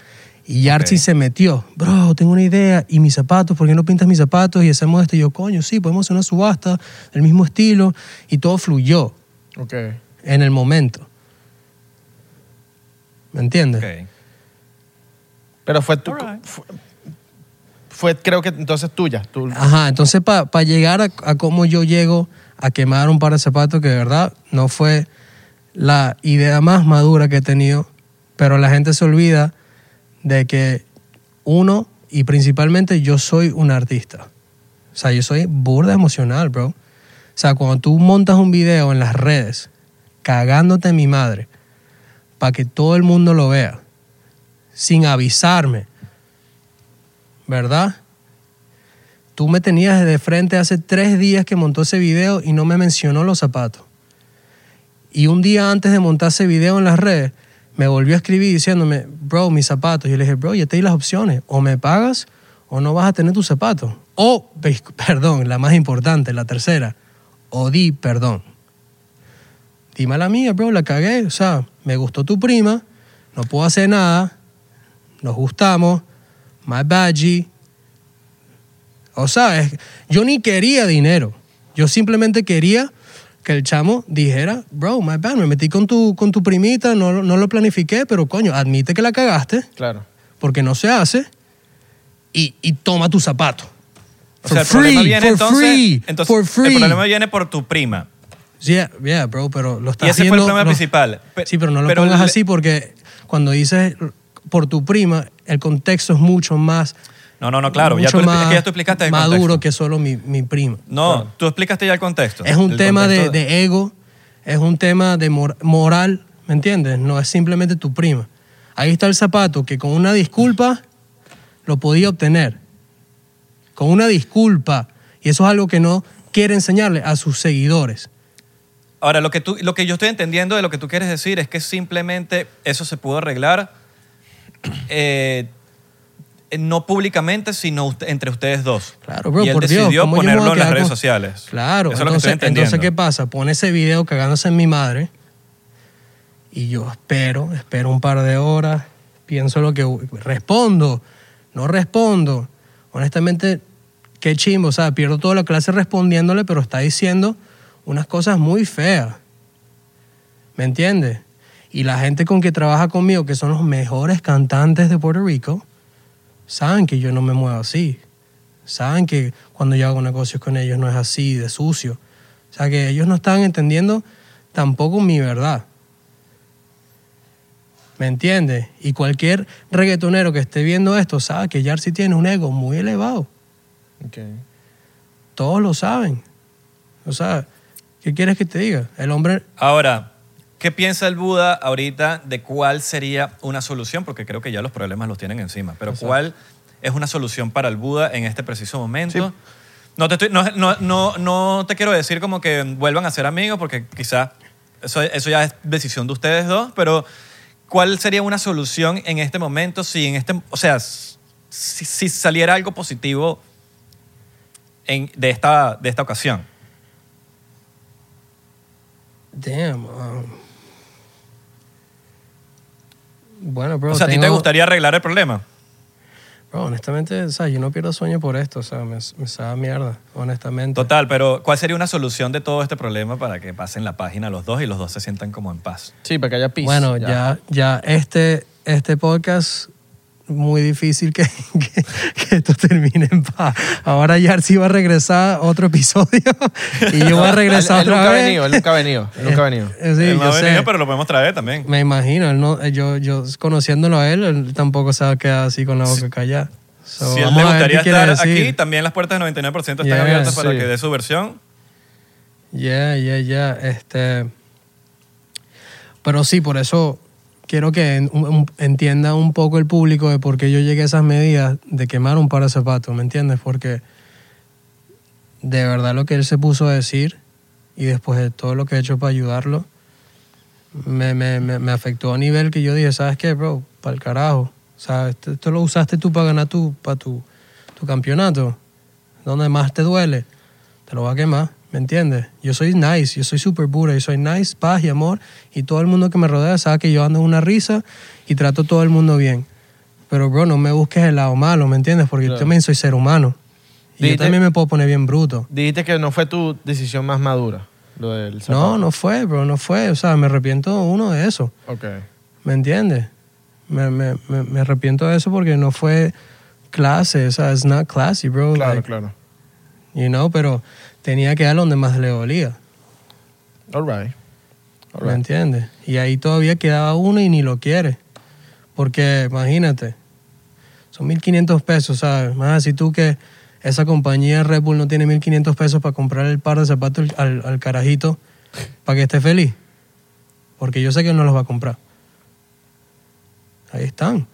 [SPEAKER 1] Y Yarchi se metió. Bro, tengo una idea. ¿Y mis zapatos? ¿Por qué no pintas mis zapatos? Y hacemos esto. Y yo, coño, sí, podemos hacer una subasta del mismo estilo. Y todo fluyó
[SPEAKER 2] ok.
[SPEAKER 1] en el momento. ¿Me entiendes?
[SPEAKER 3] Ok.
[SPEAKER 2] Pero fue tu... Fue, fue, creo que entonces tuya. Tú,
[SPEAKER 1] Ajá, entonces para llegar a, a cómo yo llego a quemar un par de zapatos que de verdad no fue la idea más madura que he tenido, pero la gente se olvida de que uno y principalmente yo soy un artista. O sea, yo soy burda emocional, bro. O sea, cuando tú montas un video en las redes cagándote en mi madre para que todo el mundo lo vea sin avisarme, ¿verdad? Tú me tenías de frente hace tres días que montó ese video y no me mencionó los zapatos. Y un día antes de montar ese video en las redes, me volvió a escribir diciéndome, bro, mis zapatos. Yo le dije, bro, ya te di las opciones. O me pagas o no vas a tener tus zapatos. O, dis- perdón, la más importante, la tercera. O di perdón. Dime la mía, bro, la cagué. O sea, me gustó tu prima, no puedo hacer nada, nos gustamos, my badgie. O sea, es- yo ni quería dinero. Yo simplemente quería que el chamo dijera, bro, my bad, me metí con tu, con tu primita, no, lo- no lo planifiqué, pero coño, admite que la cagaste,
[SPEAKER 2] claro.
[SPEAKER 1] porque no se hace, y, y toma tu zapato.
[SPEAKER 3] O
[SPEAKER 1] For
[SPEAKER 3] sea, el
[SPEAKER 1] free,
[SPEAKER 3] problema viene
[SPEAKER 1] for
[SPEAKER 3] entonces,
[SPEAKER 1] free,
[SPEAKER 3] entonces,
[SPEAKER 1] for free.
[SPEAKER 3] El problema viene por tu prima.
[SPEAKER 1] Yeah, yeah, bro, pero lo estás
[SPEAKER 3] ese fue el
[SPEAKER 1] viendo-
[SPEAKER 3] problema
[SPEAKER 1] lo-
[SPEAKER 3] principal. Pe-
[SPEAKER 1] sí, pero no lo
[SPEAKER 3] pero
[SPEAKER 1] pongas
[SPEAKER 3] le-
[SPEAKER 1] así porque cuando dices por tu prima, el contexto es mucho más.
[SPEAKER 3] No, no, no, claro. Ya
[SPEAKER 1] mucho
[SPEAKER 3] tú, es
[SPEAKER 1] más
[SPEAKER 3] que ya tú explicaste el
[SPEAKER 1] Maduro
[SPEAKER 3] contexto.
[SPEAKER 1] que solo mi, mi prima.
[SPEAKER 3] No, tú explicaste ya el contexto.
[SPEAKER 1] Es un
[SPEAKER 3] El
[SPEAKER 1] tema de,
[SPEAKER 3] contexto-
[SPEAKER 1] de ego, es un tema de mor- moral, ¿me entiendes? No es simplemente tu prima. Ahí está el zapato que con una disculpa lo podía obtener. Con una disculpa. Y eso es algo que no quiere enseñarle a sus seguidores.
[SPEAKER 3] Ahora, lo que, tú, lo que yo estoy entendiendo de lo que tú quieres decir es que simplemente eso se pudo arreglar eh, no públicamente, sino usted- entre ustedes dos.
[SPEAKER 1] Claro, bro,
[SPEAKER 3] y él
[SPEAKER 1] por Dios.
[SPEAKER 3] decidió
[SPEAKER 1] ¿cómo yo me voy a
[SPEAKER 3] ponerlo en las
[SPEAKER 1] quedar
[SPEAKER 3] redes
[SPEAKER 1] con-
[SPEAKER 3] sociales.
[SPEAKER 1] Claro,
[SPEAKER 3] Eso es lo que
[SPEAKER 1] entonces,
[SPEAKER 3] estoy entendiendo.
[SPEAKER 1] entonces, ¿qué pasa? Pone ese video cagándose en mi madre y yo espero, espero un par de horas, pienso lo que... Respondo, no respondo. Honestamente, qué chimbo, o sea, pierdo toda la clase respondiéndole, pero está diciendo unas cosas muy feas. ¿Me entiendes? Y la gente con que trabaja conmigo, que son los mejores cantantes de Puerto Rico, saben que yo no me muevo así. Saben que cuando yo hago negocios con ellos no es así, de sucio. O sea que ellos no están entendiendo tampoco mi verdad. ¿Me entiendes? Y cualquier reggaetonero que esté viendo esto sabe que Yarsi tiene un ego muy elevado.
[SPEAKER 2] Okay.
[SPEAKER 1] Todos lo saben. O sea, ¿qué quieres que te diga? El hombre
[SPEAKER 3] Ahora, ¿qué piensa el Buda ahorita de cuál sería una solución? Porque creo que ya los problemas los tienen encima. Pero ¿cuál es una solución para el Buda en este preciso momento? No, te estoy- no, no- no- no te quiero decir como que vuelvan a ser amigos, porque quizás eso, eso ya es decisión de ustedes dos, pero ¿cuál sería una solución en este momento si en este, o sea, s- si, si saliera algo positivo en- de, esta, de esta ocasión?
[SPEAKER 1] Damn. um, Bueno, bro.
[SPEAKER 3] o sea, ¿a ti te
[SPEAKER 1] tengo-
[SPEAKER 3] gustaría arreglar el problema?
[SPEAKER 1] Bro, honestamente, o sea, yo no pierdo sueño por esto. O sea, me, me sabe a mierda, honestamente.
[SPEAKER 3] Total, pero ¿cuál sería una solución de todo este problema para que pasen la página los dos y los dos se sientan como en paz?
[SPEAKER 2] Sí, para que haya pis.
[SPEAKER 1] Bueno, ya, ya, este, este podcast muy difícil que, que, que esto termine en paz. Ahora Yarsi va a regresar a otro episodio y yo voy a regresar
[SPEAKER 2] Él- él
[SPEAKER 1] otra
[SPEAKER 2] nunca ha
[SPEAKER 1] vez.
[SPEAKER 2] venido, él nunca ha venido, él nunca ha venido.
[SPEAKER 1] Eh, sí,
[SPEAKER 3] Él no
[SPEAKER 1] yo
[SPEAKER 3] ha venido,
[SPEAKER 1] sé.
[SPEAKER 3] pero lo podemos traer también.
[SPEAKER 1] Me eh, imagino, él no, yo, yo conociéndolo a él, él tampoco se va a quedar así con la boca callada. So,
[SPEAKER 3] si él
[SPEAKER 1] vamos
[SPEAKER 3] le
[SPEAKER 1] a ver
[SPEAKER 3] gustaría
[SPEAKER 1] qué quiere
[SPEAKER 3] estar
[SPEAKER 1] decir.
[SPEAKER 3] aquí, también las puertas del 99% están
[SPEAKER 1] Yeah,
[SPEAKER 3] abiertas para
[SPEAKER 1] sí.
[SPEAKER 3] que dé su versión.
[SPEAKER 1] Ya, ya, ya. Este. Pero sí, por eso quiero que en- un- un- entienda un poco el público de por qué yo llegué a esas medidas de quemar un par de zapatos, ¿me entiendes? Porque de verdad lo que él se puso a decir y después de todo lo que he hecho para ayudarlo, me, me- me- me afectó a nivel que yo dije, ¿sabes qué, bro? Para el carajo. O sea, esto, esto lo usaste tú para ganar tu, para tu, tu campeonato. Donde más te duele, te lo va a quemar, ¿me entiendes? Yo soy nice, yo soy super pura, yo soy nice, paz y amor. Y todo el mundo que me rodea sabe que yo ando en una risa y trato a todo el mundo bien. Pero, bro, no me busques el lado malo, ¿me entiendes? Porque yo también soy ser humano. Y yo
[SPEAKER 2] Dijiste-
[SPEAKER 1] también me puedo poner bien bruto.
[SPEAKER 2] Dijiste que no fue tu decisión más madura, lo del
[SPEAKER 1] No,
[SPEAKER 2] zapato.
[SPEAKER 1] no fue, bro, no fue. O sea, me arrepiento uno de eso.
[SPEAKER 2] Ok.
[SPEAKER 1] ¿Me entiendes? Me, me- me- me arrepiento de eso porque no fue clase. O sea, it's not classy, bro.
[SPEAKER 2] Claro,
[SPEAKER 1] Like,
[SPEAKER 2] claro.
[SPEAKER 1] You know, pero tenía que dar donde más le dolía.
[SPEAKER 2] All right. All
[SPEAKER 1] ¿Me
[SPEAKER 2] right.
[SPEAKER 1] entiendes? Y ahí todavía quedaba uno y ni lo quiere. Porque, imagínate, son 1.500 pesos, ¿sabes? Más si tú que esa compañía Red Bull no tiene 1.500 pesos para comprar el par de zapatos al, al carajito para que esté feliz. Porque yo sé que él no los va a comprar. Ahí están.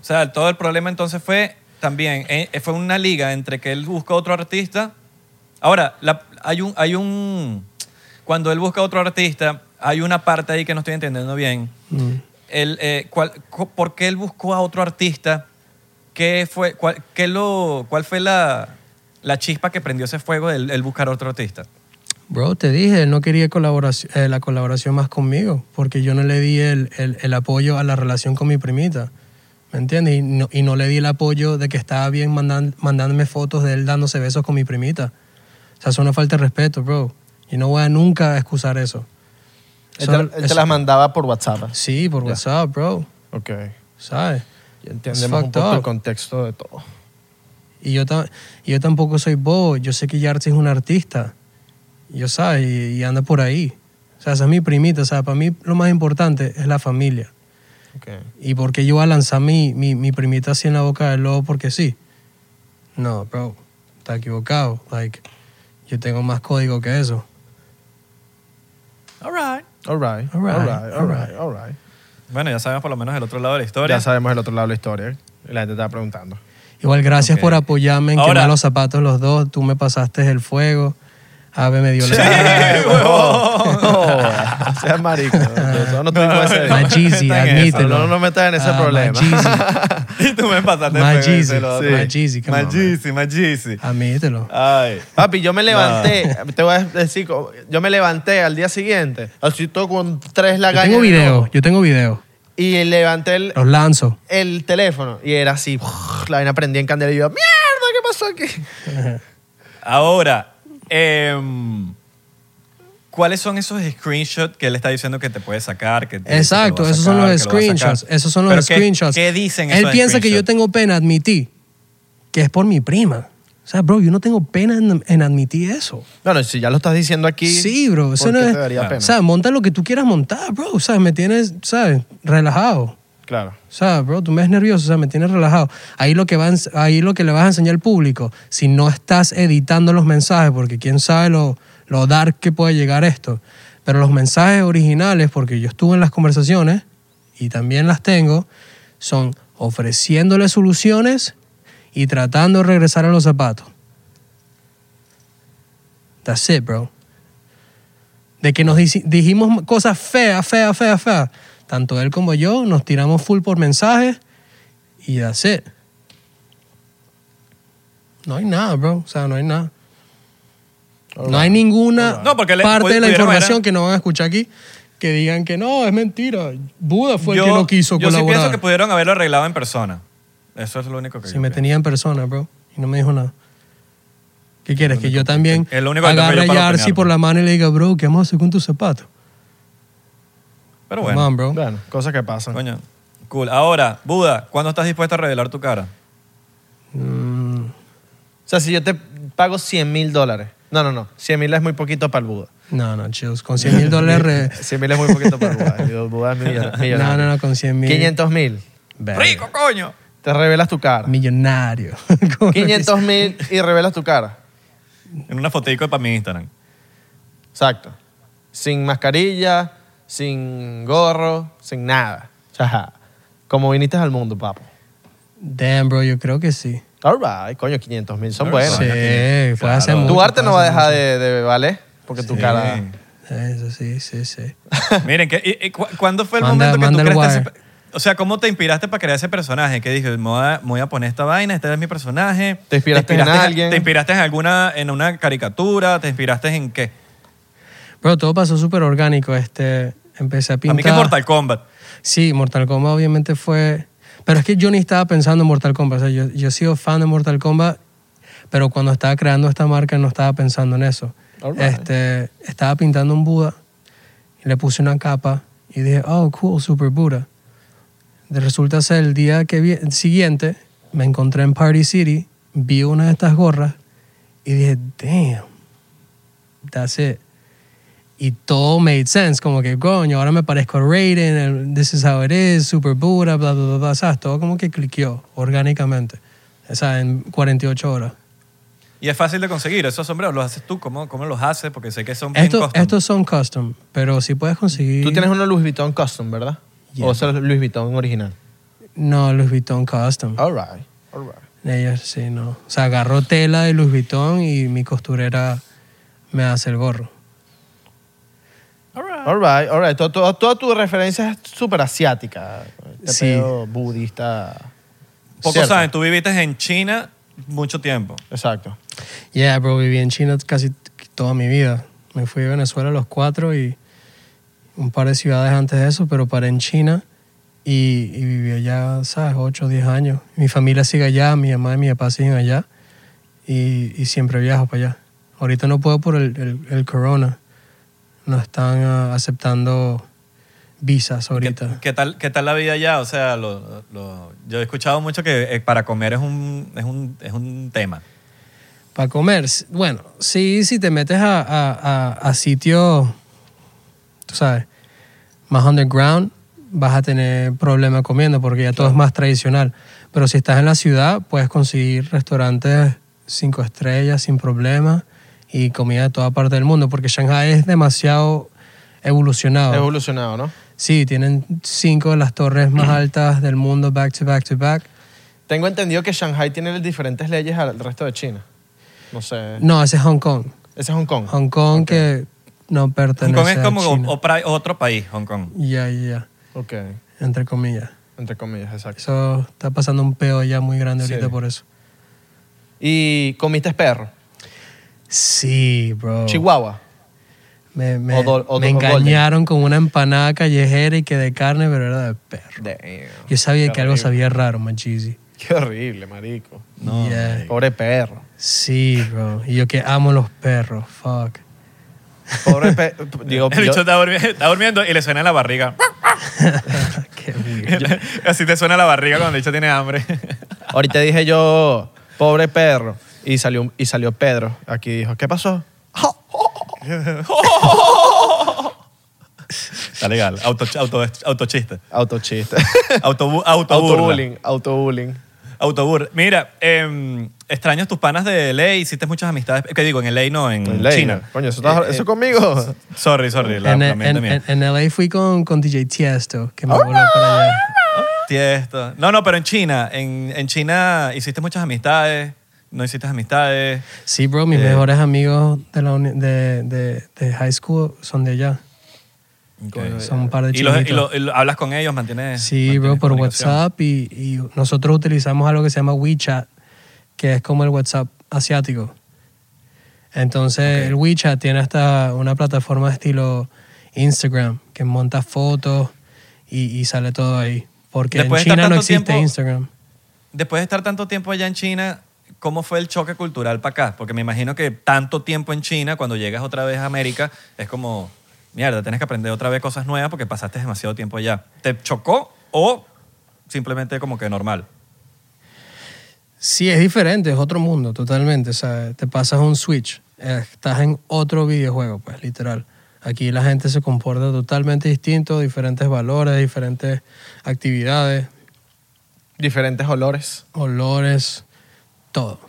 [SPEAKER 3] O sea, todo el problema entonces fue también, eh, fue una liga entre que él busca otro artista. Ahora, la- hay, un, hay un, cuando él busca otro artista, hay una parte ahí que no estoy entendiendo bien.
[SPEAKER 1] Mm.
[SPEAKER 3] El, eh, cuál- co- ¿Por qué él buscó a otro artista? ¿Qué fue, cuál, qué lo, cuál fue la, la chispa que prendió ese fuego del el buscar otro artista?
[SPEAKER 1] Bro, te dije, él no quería colaboración, eh, la colaboración más conmigo, porque yo no le di el, el- el apoyo a la relación con mi primita. ¿Me entiendes? Y no, y no le di el apoyo de que estaba bien mandan- mandándome fotos de él dándose besos con mi primita. O sea, eso es una falta de respeto, bro. Y no voy a nunca excusar eso.
[SPEAKER 2] Él
[SPEAKER 1] Eso-
[SPEAKER 2] te, él te
[SPEAKER 1] eso-
[SPEAKER 2] las mandaba por WhatsApp.
[SPEAKER 1] Sí, por WhatsApp, bro.
[SPEAKER 2] Ok.
[SPEAKER 1] ¿Sabes?
[SPEAKER 2] Ya entendemos un
[SPEAKER 1] fucked
[SPEAKER 2] poco el
[SPEAKER 1] up.
[SPEAKER 2] contexto de todo.
[SPEAKER 1] Y yo, ta- y yo tampoco soy bobo. Yo sé que Yartzi es un artista. Yo sabes, y, y anda por ahí. O sea, esa es mi primita. O sea, para mí lo más importante es la familia.
[SPEAKER 2] Ok.
[SPEAKER 1] ¿Y por qué yo voy a lanzar mi, mi, mi primita así en la boca del lobo porque sí? No, bro, está equivocado. Like, yo tengo más código que eso.
[SPEAKER 3] All right.
[SPEAKER 2] All right. All right. All right. All right.
[SPEAKER 3] Bueno, ya sabemos por lo menos el otro lado de la historia.
[SPEAKER 2] Ya sabemos el otro lado de la historia. La gente estaba preguntando.
[SPEAKER 1] Igual, gracias
[SPEAKER 3] Ok.
[SPEAKER 1] por apoyarme en
[SPEAKER 3] Ahora-
[SPEAKER 1] quemar los zapatos los dos. Tú me pasaste el fuego. Ave me dio la...
[SPEAKER 2] huevón! No, seas marico. Nosotros Oh. no tuvimos ese...
[SPEAKER 1] Más Jeezy,
[SPEAKER 3] Está en esa,
[SPEAKER 1] admítelo.
[SPEAKER 2] No, no nos metas en ese
[SPEAKER 1] Ah,
[SPEAKER 2] problema.
[SPEAKER 1] más Jeezy.
[SPEAKER 3] y tú me pasaste.
[SPEAKER 1] My
[SPEAKER 3] el fuego,
[SPEAKER 1] Jeezy,
[SPEAKER 3] ese lo otro.
[SPEAKER 1] my Jeezy, come
[SPEAKER 3] My
[SPEAKER 1] on,
[SPEAKER 3] Jeezy, my Jeezy.
[SPEAKER 1] Admítelo.
[SPEAKER 3] Ay.
[SPEAKER 2] Papi, yo me levanté, te voy a decir, co- yo me levanté al día siguiente, así todo con tres
[SPEAKER 1] Yo
[SPEAKER 2] lagañas.
[SPEAKER 1] tengo
[SPEAKER 2] en el
[SPEAKER 1] video,
[SPEAKER 2] ojo.
[SPEAKER 1] yo tengo video.
[SPEAKER 2] Y levanté el,
[SPEAKER 1] Los lanzo.
[SPEAKER 2] el teléfono y era así, la vaina prendía en candela y yo, mierda, ¿qué pasó aquí?
[SPEAKER 3] Ahora, em, ¿cuáles son esos screenshots que él está diciendo que te puede sacar? que te dice
[SPEAKER 1] Exacto,
[SPEAKER 3] que lo va a
[SPEAKER 1] esos
[SPEAKER 3] sacar,
[SPEAKER 1] son los
[SPEAKER 3] que lo va a
[SPEAKER 1] screenshots.
[SPEAKER 3] sacar?
[SPEAKER 1] Esos son
[SPEAKER 3] Pero
[SPEAKER 1] los
[SPEAKER 3] ¿qué-
[SPEAKER 1] screenshots.
[SPEAKER 3] ¿Qué dicen
[SPEAKER 1] Él
[SPEAKER 3] esos
[SPEAKER 1] piensa que yo
[SPEAKER 3] screenshots?
[SPEAKER 1] tengo pena, admití que es por mi prima. O sea, bro, yo no tengo pena en, en admitir eso.
[SPEAKER 2] Bueno, si ya lo estás diciendo aquí,
[SPEAKER 1] Sí, bro.
[SPEAKER 2] ¿por
[SPEAKER 1] Eso
[SPEAKER 2] qué
[SPEAKER 1] no
[SPEAKER 2] te
[SPEAKER 1] es.
[SPEAKER 3] Ah.
[SPEAKER 2] daría pena?
[SPEAKER 1] O sea, monta lo que tú quieras montar, bro. O sea, me tienes, ¿sabes? Relajado.
[SPEAKER 2] claro.
[SPEAKER 1] O sea, bro, tú me ves nervioso, o sea, me tienes relajado. Ahí lo, que va a ens- ahí lo que le vas a enseñar al público, si no estás editando los mensajes, porque quién sabe lo, lo dark que puede llegar esto. Pero los mensajes originales, porque yo estuve en las conversaciones y también las tengo, son ofreciéndole soluciones y tratando de regresar a los zapatos. That's it, bro. De que nos dici- dijimos cosas feas, feas, feas, feas. Tanto él como yo nos tiramos full por mensajes y that's it. No hay nada, bro. O sea, no hay nada. No hay ninguna
[SPEAKER 3] No, porque le-
[SPEAKER 1] parte de la
[SPEAKER 3] pudieron
[SPEAKER 1] información
[SPEAKER 3] haber-
[SPEAKER 1] que nos van a escuchar aquí que digan que no, es mentira. Buda fue el que no quiso
[SPEAKER 3] yo sí
[SPEAKER 1] colaborar.
[SPEAKER 3] pienso que pudieron haberlo arreglado en persona. Eso es lo único que
[SPEAKER 1] Si
[SPEAKER 3] yo
[SPEAKER 1] me
[SPEAKER 3] pienso.
[SPEAKER 1] tenía en persona, bro. Y no me dijo nada. ¿Qué quieres? Que yo también
[SPEAKER 3] el único que tengo
[SPEAKER 1] agarre
[SPEAKER 3] yo
[SPEAKER 1] a
[SPEAKER 3] para
[SPEAKER 1] Yarsi
[SPEAKER 3] opinar,
[SPEAKER 1] por
[SPEAKER 3] bro.
[SPEAKER 1] la mano y le diga, bro, ¿qué vamos a hacer con tus zapatos?
[SPEAKER 3] Pero
[SPEAKER 1] Come
[SPEAKER 3] bueno,
[SPEAKER 1] on, bro.
[SPEAKER 2] Bueno, cosas que pasan.
[SPEAKER 3] coño. Cool. Ahora, Buda, ¿cuándo estás dispuesto a revelar tu cara?
[SPEAKER 1] Mm,
[SPEAKER 2] O sea, si yo te pago 100 mil dólares. No, no, no. 100 mil es muy poquito para el Buda.
[SPEAKER 1] no, no, chicos. Con 100 mil dólares.
[SPEAKER 2] 100 mil es muy poquito para el Buda. El Buda es millonario.
[SPEAKER 1] No, no, no, con 100 mil.
[SPEAKER 2] 500 mil.
[SPEAKER 1] Verga.
[SPEAKER 3] ¡Rico, coño!
[SPEAKER 2] Te revelas tu cara.
[SPEAKER 1] Millonario. Como que
[SPEAKER 2] 500 mil y revelas tu cara.
[SPEAKER 3] En una fotico para mi Instagram.
[SPEAKER 2] Exacto. Sin mascarilla, sin gorro, sin nada. O sea, como viniste al mundo, papo.
[SPEAKER 1] dice, Damn, bro, yo creo que sí.
[SPEAKER 2] All right, coño, 500 mil son
[SPEAKER 3] Alright.
[SPEAKER 2] buenos.
[SPEAKER 1] sí, puede
[SPEAKER 3] claro.
[SPEAKER 1] hacer
[SPEAKER 3] Tu
[SPEAKER 1] mucho,
[SPEAKER 2] Tu arte
[SPEAKER 1] puede
[SPEAKER 2] no va a
[SPEAKER 1] hacer
[SPEAKER 2] dejar de, de valer porque tu
[SPEAKER 3] Sí.
[SPEAKER 2] cara...
[SPEAKER 1] mucho. Eso sí, sí, sí.
[SPEAKER 3] Miren, que, y- y cu- ¿cuándo fue el
[SPEAKER 1] Manda-
[SPEAKER 3] momento que
[SPEAKER 1] manda el
[SPEAKER 3] tú creaste ese,
[SPEAKER 1] wire.
[SPEAKER 3] pe- O sea, ¿cómo te inspiraste para crear ese personaje? Que dije, me voy a, me voy a poner esta vaina, este es mi personaje.
[SPEAKER 2] ¿Te inspiraste en alguien?
[SPEAKER 3] ¿Te inspiraste en alguna, en una caricatura? ¿Te inspiraste en qué?
[SPEAKER 1] Bro, todo pasó súper orgánico. Este, empecé a pintar.
[SPEAKER 3] A mí que es Mortal Kombat.
[SPEAKER 1] Sí, Mortal Kombat obviamente fue... Pero es que yo ni estaba pensando en Mortal Kombat. O sea, yo, yo he sido fan de Mortal Kombat, pero cuando estaba creando esta marca no estaba pensando en eso.
[SPEAKER 2] Alright.
[SPEAKER 1] Este, estaba pintando un Buda y le puse una capa y dije, oh, cool, Super Buda. De- Resulta ser el día que vi- siguiente me encontré en Party City, vi una de estas gorras y dije, damn, that's it y todo made sense, como que coño, ahora me parezco a Raiden, el- this is how it is, Super Buddha, bla, bla, bla, bla, ¿sabes? Todo como que cliqueó orgánicamente, o sea, en 48 horas.
[SPEAKER 3] Y es fácil de conseguir. Esos sombreros los haces tú. ¿Cómo, cómo los haces? Porque sé que son bien
[SPEAKER 1] Esto-
[SPEAKER 3] custom.
[SPEAKER 1] estos son custom, pero si puedes conseguir...
[SPEAKER 2] Tú tienes uno Louis Vuitton Custom, ¿verdad?
[SPEAKER 1] Yeah.
[SPEAKER 2] O es el Louis Vuitton original.
[SPEAKER 1] No, Louis Vuitton custom.
[SPEAKER 2] All right, all right.
[SPEAKER 1] Ellos sí, no. O sea, agarro tela de Louis Vuitton y mi costurera me hace el gorro.
[SPEAKER 2] All right, all right. Todo- todo- Toda tu referencia es súper asiática. Este
[SPEAKER 1] Sí.
[SPEAKER 2] pedo budista.
[SPEAKER 3] Pocos
[SPEAKER 2] Cierto.
[SPEAKER 3] saben, tú viviste en China mucho tiempo.
[SPEAKER 2] Exacto.
[SPEAKER 1] Yeah, bro, viví en China casi t- toda mi vida. Me fui a Venezuela a los cuatro y un par de ciudades antes de eso, pero paré en China y, y viví allá, ¿sabes? Ocho, diez años. Mi familia sigue allá, mi mamá y mi papá siguen allá y, y siempre viajo para allá. Ahorita no puedo por el, el- el corona. No están ah, aceptando visas
[SPEAKER 3] ¿Qué,
[SPEAKER 1] ahorita.
[SPEAKER 3] qué tal, ¿Qué tal la vida allá? O sea, lo- lo- yo he escuchado mucho que eh, para comer es un, es un, es un tema.
[SPEAKER 1] Para comer, s- bueno, sí, si te metes a, a, a- a sitio, tú sabes, más underground, vas a tener problemas comiendo porque ya todo es más tradicional. Pero si estás en la ciudad, puedes conseguir restaurantes cinco estrellas sin problema y comida de toda parte del mundo porque Shanghai es demasiado evolucionado.
[SPEAKER 2] Evolucionado, ¿no?
[SPEAKER 1] sí, tienen cinco de las torres más altas del mundo back to back to back.
[SPEAKER 2] Tengo entendido que Shanghai tiene diferentes leyes al resto de China. No sé.
[SPEAKER 1] No, ese es Hong Kong.
[SPEAKER 2] Ese es Hong Kong.
[SPEAKER 1] Hong Kong que no
[SPEAKER 3] Hong
[SPEAKER 1] pertenece
[SPEAKER 3] Kong es
[SPEAKER 1] a
[SPEAKER 3] como
[SPEAKER 1] China.
[SPEAKER 3] opra- otro país, Hong Kong.
[SPEAKER 1] Ya, ya, ya.
[SPEAKER 2] Ok.
[SPEAKER 1] Entre comillas.
[SPEAKER 2] Entre comillas, exacto.
[SPEAKER 1] Eso está pasando un peo ya muy grande
[SPEAKER 2] Sí.
[SPEAKER 1] ahorita por eso.
[SPEAKER 2] ¿Y comiste perro?
[SPEAKER 1] Sí, bro.
[SPEAKER 2] Chihuahua.
[SPEAKER 1] Me, me-
[SPEAKER 2] O dol- o
[SPEAKER 1] me
[SPEAKER 2] dol- o golden.
[SPEAKER 1] engañaron con una empanada callejera y que de carne, pero era de perro. Yo sabía que algo sabía raro, Machizi.
[SPEAKER 2] Qué horrible, marico.
[SPEAKER 3] No.
[SPEAKER 1] Yeah.
[SPEAKER 2] Pobre perro.
[SPEAKER 1] Sí, bro. Y yo que amo los perros. Fuck.
[SPEAKER 2] Pobre perro. Digo,
[SPEAKER 3] El
[SPEAKER 2] yo-
[SPEAKER 3] bicho está, durmi- está durmiendo y le suena la barriga.
[SPEAKER 1] Qué weird.
[SPEAKER 3] Así te suena la barriga cuando el bicho tiene hambre.
[SPEAKER 2] Ahorita dije yo, pobre perro. Y salió, y salió Pedro. Aquí dijo, ¿qué pasó?
[SPEAKER 3] está legal. Auto, auto, autochiste.
[SPEAKER 2] Autochiste.
[SPEAKER 3] Autobu, autoburla. Mm,
[SPEAKER 2] Autobullying. Autobullying.
[SPEAKER 3] Autobur. Mira, em, extraños tus panas de LA, hiciste muchas amistades. ¿Qué digo? En LA no, en
[SPEAKER 2] Ley,
[SPEAKER 3] China.
[SPEAKER 2] Coño, eso, está-
[SPEAKER 3] Eh, eh,
[SPEAKER 2] eso conmigo.
[SPEAKER 3] Sorry, sorry. La,
[SPEAKER 1] en,
[SPEAKER 3] la
[SPEAKER 1] en-
[SPEAKER 3] mente mía.
[SPEAKER 1] en- en LA fui con, con DJ Tiesto, que me voló para allá.
[SPEAKER 3] Tiesto. No, no, pero en China. En, en China hiciste muchas amistades. No hiciste amistades.
[SPEAKER 1] Sí, bro, mis
[SPEAKER 3] Eh.
[SPEAKER 1] mejores amigos de, la uni- de, de- de high school son de allá.
[SPEAKER 3] Ok.
[SPEAKER 1] Son un par de
[SPEAKER 3] y, los- y
[SPEAKER 1] chinitos.
[SPEAKER 3] lo- y lo- hablas con ellos, mantienes.
[SPEAKER 1] Sí,
[SPEAKER 3] mantienes
[SPEAKER 1] bro, por
[SPEAKER 3] comunicación.
[SPEAKER 1] WhatsApp y, y nosotros utilizamos algo que se llama WeChat, que es como el WhatsApp asiático. Entonces, el WeChat tiene hasta una plataforma estilo Instagram, que monta fotos y, y sale todo ahí. Porque
[SPEAKER 3] Después de
[SPEAKER 1] en
[SPEAKER 3] estar
[SPEAKER 1] China no
[SPEAKER 3] tanto
[SPEAKER 1] existe
[SPEAKER 3] tiempo-
[SPEAKER 1] Instagram.
[SPEAKER 3] Después de estar tanto tiempo allá en China, ¿cómo fue el choque cultural para acá? Porque me imagino que tanto tiempo en China, cuando llegas otra vez a América, es como, mierda, tienes que aprender otra vez cosas nuevas porque pasaste demasiado tiempo allá. ¿Te chocó o simplemente como que normal?
[SPEAKER 1] Sí, es diferente, es otro mundo totalmente. O sea, te pasas un switch, eh, estás en otro videojuego, pues, literal. Aquí la gente se comporta totalmente distinto, diferentes valores, diferentes actividades.
[SPEAKER 2] Diferentes olores.
[SPEAKER 1] olores, todo.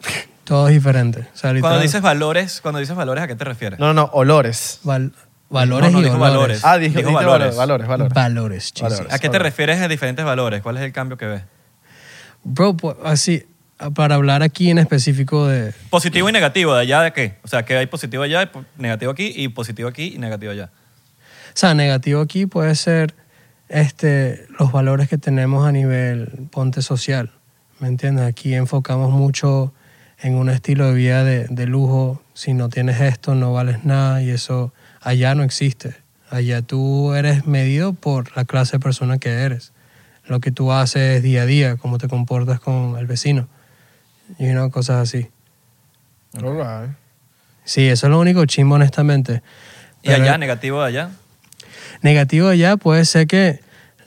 [SPEAKER 1] Todo es diferente. O sea, ahorita-
[SPEAKER 3] Cuando dices valores, cuando dices valores, ¿a qué te refieres?
[SPEAKER 2] No, no, no, olores.
[SPEAKER 1] val- valores
[SPEAKER 3] No, no,
[SPEAKER 1] y
[SPEAKER 3] dijo
[SPEAKER 1] olores.
[SPEAKER 3] valores.
[SPEAKER 2] Ah, dije,
[SPEAKER 3] Dijo
[SPEAKER 2] dijiste
[SPEAKER 3] valores.
[SPEAKER 2] valores. Valores, valores.
[SPEAKER 1] Valores, chicos.
[SPEAKER 2] Valores.
[SPEAKER 3] ¿A qué te refieres a diferentes valores? ¿Cuál es el cambio que ves?
[SPEAKER 1] Bro, pues, así, para hablar aquí en específico de...
[SPEAKER 3] Positivo y negativo, ¿de allá de qué? O sea, que hay positivo allá, y po- negativo aquí, y positivo aquí y negativo allá.
[SPEAKER 1] O sea, negativo aquí puede ser este, los valores que tenemos a nivel ponte social. ¿Me entiendes? Aquí enfocamos mucho en un estilo de vida de, de lujo. Si no tienes esto, no vales nada y eso allá no existe. Allá tú eres medido por la clase de persona que eres. Lo que tú haces día a día, cómo te comportas con el vecino. Y no cosas así.
[SPEAKER 2] All right.
[SPEAKER 1] Sí, eso es lo único chimbo, honestamente.
[SPEAKER 3] Y
[SPEAKER 1] Pero-
[SPEAKER 3] allá, negativo de allá.
[SPEAKER 1] negativo allá puede ser que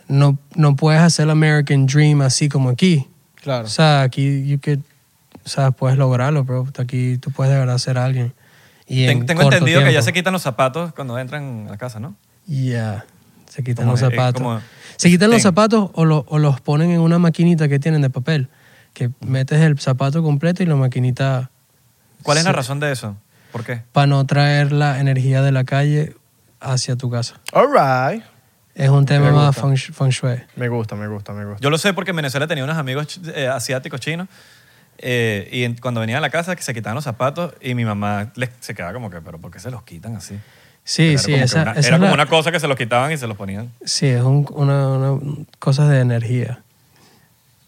[SPEAKER 1] no, no puedes hacer el American Dream así como aquí.
[SPEAKER 2] Claro.
[SPEAKER 1] O sea, aquí you could- o sea, puedes lograrlo, pero Aquí tú puedes de verdad ser alguien. Y
[SPEAKER 3] Ten-
[SPEAKER 1] en
[SPEAKER 3] tengo
[SPEAKER 1] corto
[SPEAKER 3] entendido que ya se
[SPEAKER 1] tiempo.
[SPEAKER 3] quitan los zapatos cuando entran a la casa, ¿no?
[SPEAKER 1] Ya, se quitan
[SPEAKER 3] Como
[SPEAKER 1] los
[SPEAKER 3] de- eh,
[SPEAKER 1] zapatos.
[SPEAKER 3] como-
[SPEAKER 1] se quitan los
[SPEAKER 3] Ten.
[SPEAKER 1] zapatos o, lo- o los ponen en una maquinita que tienen de papel. Que metes el zapato completo y la maquinita
[SPEAKER 3] ¿Cuál es la
[SPEAKER 1] Sí.
[SPEAKER 3] razón de eso? ¿Por qué?
[SPEAKER 1] para no traer la energía de la calle hacia tu casa.
[SPEAKER 2] All right.
[SPEAKER 1] Es un tema
[SPEAKER 2] Me
[SPEAKER 1] más
[SPEAKER 2] gusta.
[SPEAKER 1] feng sh- feng shui.
[SPEAKER 2] Me gusta, me gusta, me gusta.
[SPEAKER 3] Yo lo sé porque en Venezuela tenía unos amigos ch- eh, asiáticos chinos eh, y en- cuando venían a la casa que se quitaban los zapatos y mi mamá les- se quedaba como que, pero ¿por qué se los quitan así?
[SPEAKER 1] Sí,
[SPEAKER 3] era
[SPEAKER 1] sí,
[SPEAKER 3] como, que
[SPEAKER 1] esa,
[SPEAKER 3] una,
[SPEAKER 1] esa
[SPEAKER 3] era
[SPEAKER 1] es
[SPEAKER 3] como
[SPEAKER 1] la-
[SPEAKER 3] una cosa que se los quitaban y se los ponían.
[SPEAKER 1] Sí, es un- una, una cosa de energía.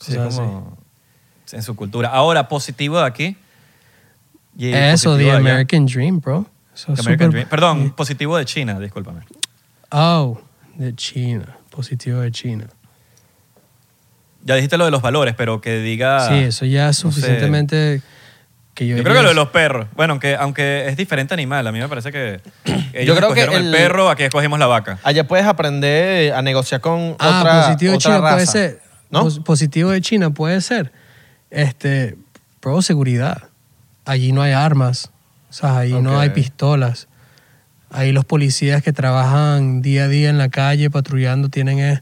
[SPEAKER 3] Sí,
[SPEAKER 1] Cosas
[SPEAKER 3] como en su cultura. Ahora, positivo de aquí. y
[SPEAKER 1] Eso,
[SPEAKER 3] positivo
[SPEAKER 1] The
[SPEAKER 3] de allá.
[SPEAKER 1] American Dream, bro. Eso es
[SPEAKER 3] The American
[SPEAKER 1] súper-
[SPEAKER 3] Dream. Perdón, positivo de China, discúlpame.
[SPEAKER 1] Oh, de China. Positivo de China.
[SPEAKER 3] Ya dijiste lo de los valores, pero que diga...
[SPEAKER 1] sí, eso ya es
[SPEAKER 3] Ah, no sé.
[SPEAKER 1] suficientemente que yo
[SPEAKER 3] Yo
[SPEAKER 1] diría
[SPEAKER 3] creo que lo de
[SPEAKER 1] es-
[SPEAKER 3] los perros. Bueno, aunque, aunque es diferente animal, a mí me parece que ellos
[SPEAKER 2] creo que
[SPEAKER 3] escogieron el
[SPEAKER 2] el-
[SPEAKER 3] perro, aquí escogimos la vaca.
[SPEAKER 2] Allá puedes aprender a negociar con
[SPEAKER 1] Ah,
[SPEAKER 2] otra,
[SPEAKER 1] positivo de
[SPEAKER 2] otra
[SPEAKER 1] China
[SPEAKER 2] raza.
[SPEAKER 1] puede ser. Pues-
[SPEAKER 2] ¿No?
[SPEAKER 1] Pos- positivo de China puede ser. Este, bro, seguridad. Allí no hay armas. O sea, ahí no hay
[SPEAKER 3] Ok.
[SPEAKER 1] pistolas. Ahí los policías que trabajan día a día en la calle patrullando tienen eh,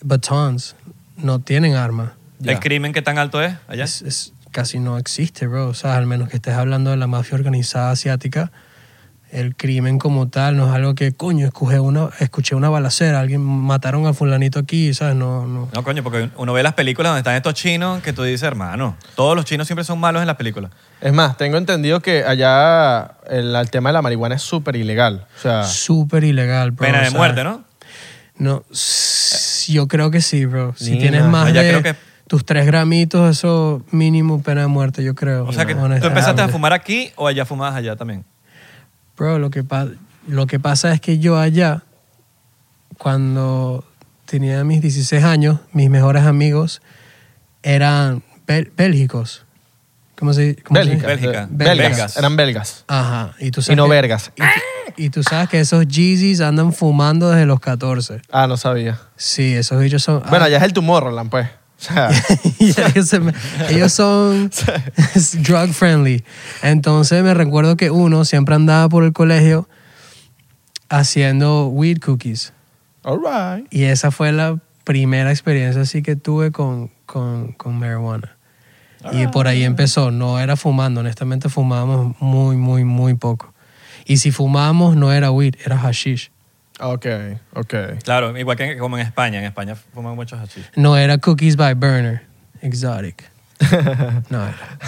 [SPEAKER 1] batons. No tienen armas.
[SPEAKER 3] ¿El crimen qué tan alto es allá?
[SPEAKER 1] Es- es- casi no existe, bro. O sea, al menos que estés hablando de la mafia organizada asiática, el crimen como tal no es algo que, coño, escuché una, escuché una balacera, alguien mataron al fulanito aquí, ¿sabes? No, no.
[SPEAKER 3] No, coño, porque uno ve las películas donde están estos chinos que tú dices, hermano, todos los chinos siempre son malos en las películas.
[SPEAKER 2] Es más, tengo entendido que allá el, el tema de la marihuana es súper ilegal. O sea,
[SPEAKER 1] Súper ilegal, bro.
[SPEAKER 3] Ah. Pena
[SPEAKER 1] o
[SPEAKER 3] de
[SPEAKER 1] sea,
[SPEAKER 3] muerte, ¿no? Eh.
[SPEAKER 1] No, s- yo creo que sí, bro. Si
[SPEAKER 2] Nina,
[SPEAKER 1] tienes más
[SPEAKER 3] allá
[SPEAKER 1] de
[SPEAKER 3] creo que-
[SPEAKER 1] tus tres gramitos, eso mínimo pena de muerte, yo creo.
[SPEAKER 3] O sea, que tú empezaste a fumar aquí o allá fumabas allá también.
[SPEAKER 1] Bro, lo que, pa- lo que pasa es que yo allá, cuando tenía mis 16 años, mis mejores amigos eran bel- bélgicos. ¿Cómo se cómo se
[SPEAKER 2] Bélgica.
[SPEAKER 1] dice?
[SPEAKER 3] Bélgica.
[SPEAKER 2] Belgas.
[SPEAKER 3] Belgas.
[SPEAKER 2] Eran belgas.
[SPEAKER 1] Ajá. Y, tú sabes
[SPEAKER 2] Y no
[SPEAKER 1] que-
[SPEAKER 2] vergas.
[SPEAKER 1] y tú sabes que esos Yeezys andan fumando desde los 14.
[SPEAKER 2] Ah, no sabía.
[SPEAKER 1] Sí, esos bichos son...
[SPEAKER 2] Bueno, allá es el Tomorrowland, pues. O sea,
[SPEAKER 1] Ya que se me- ellos son drug friendly. Entonces me recuerdo que uno siempre andaba por el colegio haciendo weed cookies.
[SPEAKER 2] all right.
[SPEAKER 1] Y esa fue la primera experiencia así que tuve con, con, con marihuana. Y por ahí empezó. No era fumando, honestamente fumábamos muy, muy, muy poco. Y si fumábamos no era weed, era hashish.
[SPEAKER 2] Ok, ok.
[SPEAKER 3] Claro, igual que como en España. En España fuman muchos hachís.
[SPEAKER 1] No era cookies by burner, exotic. No era.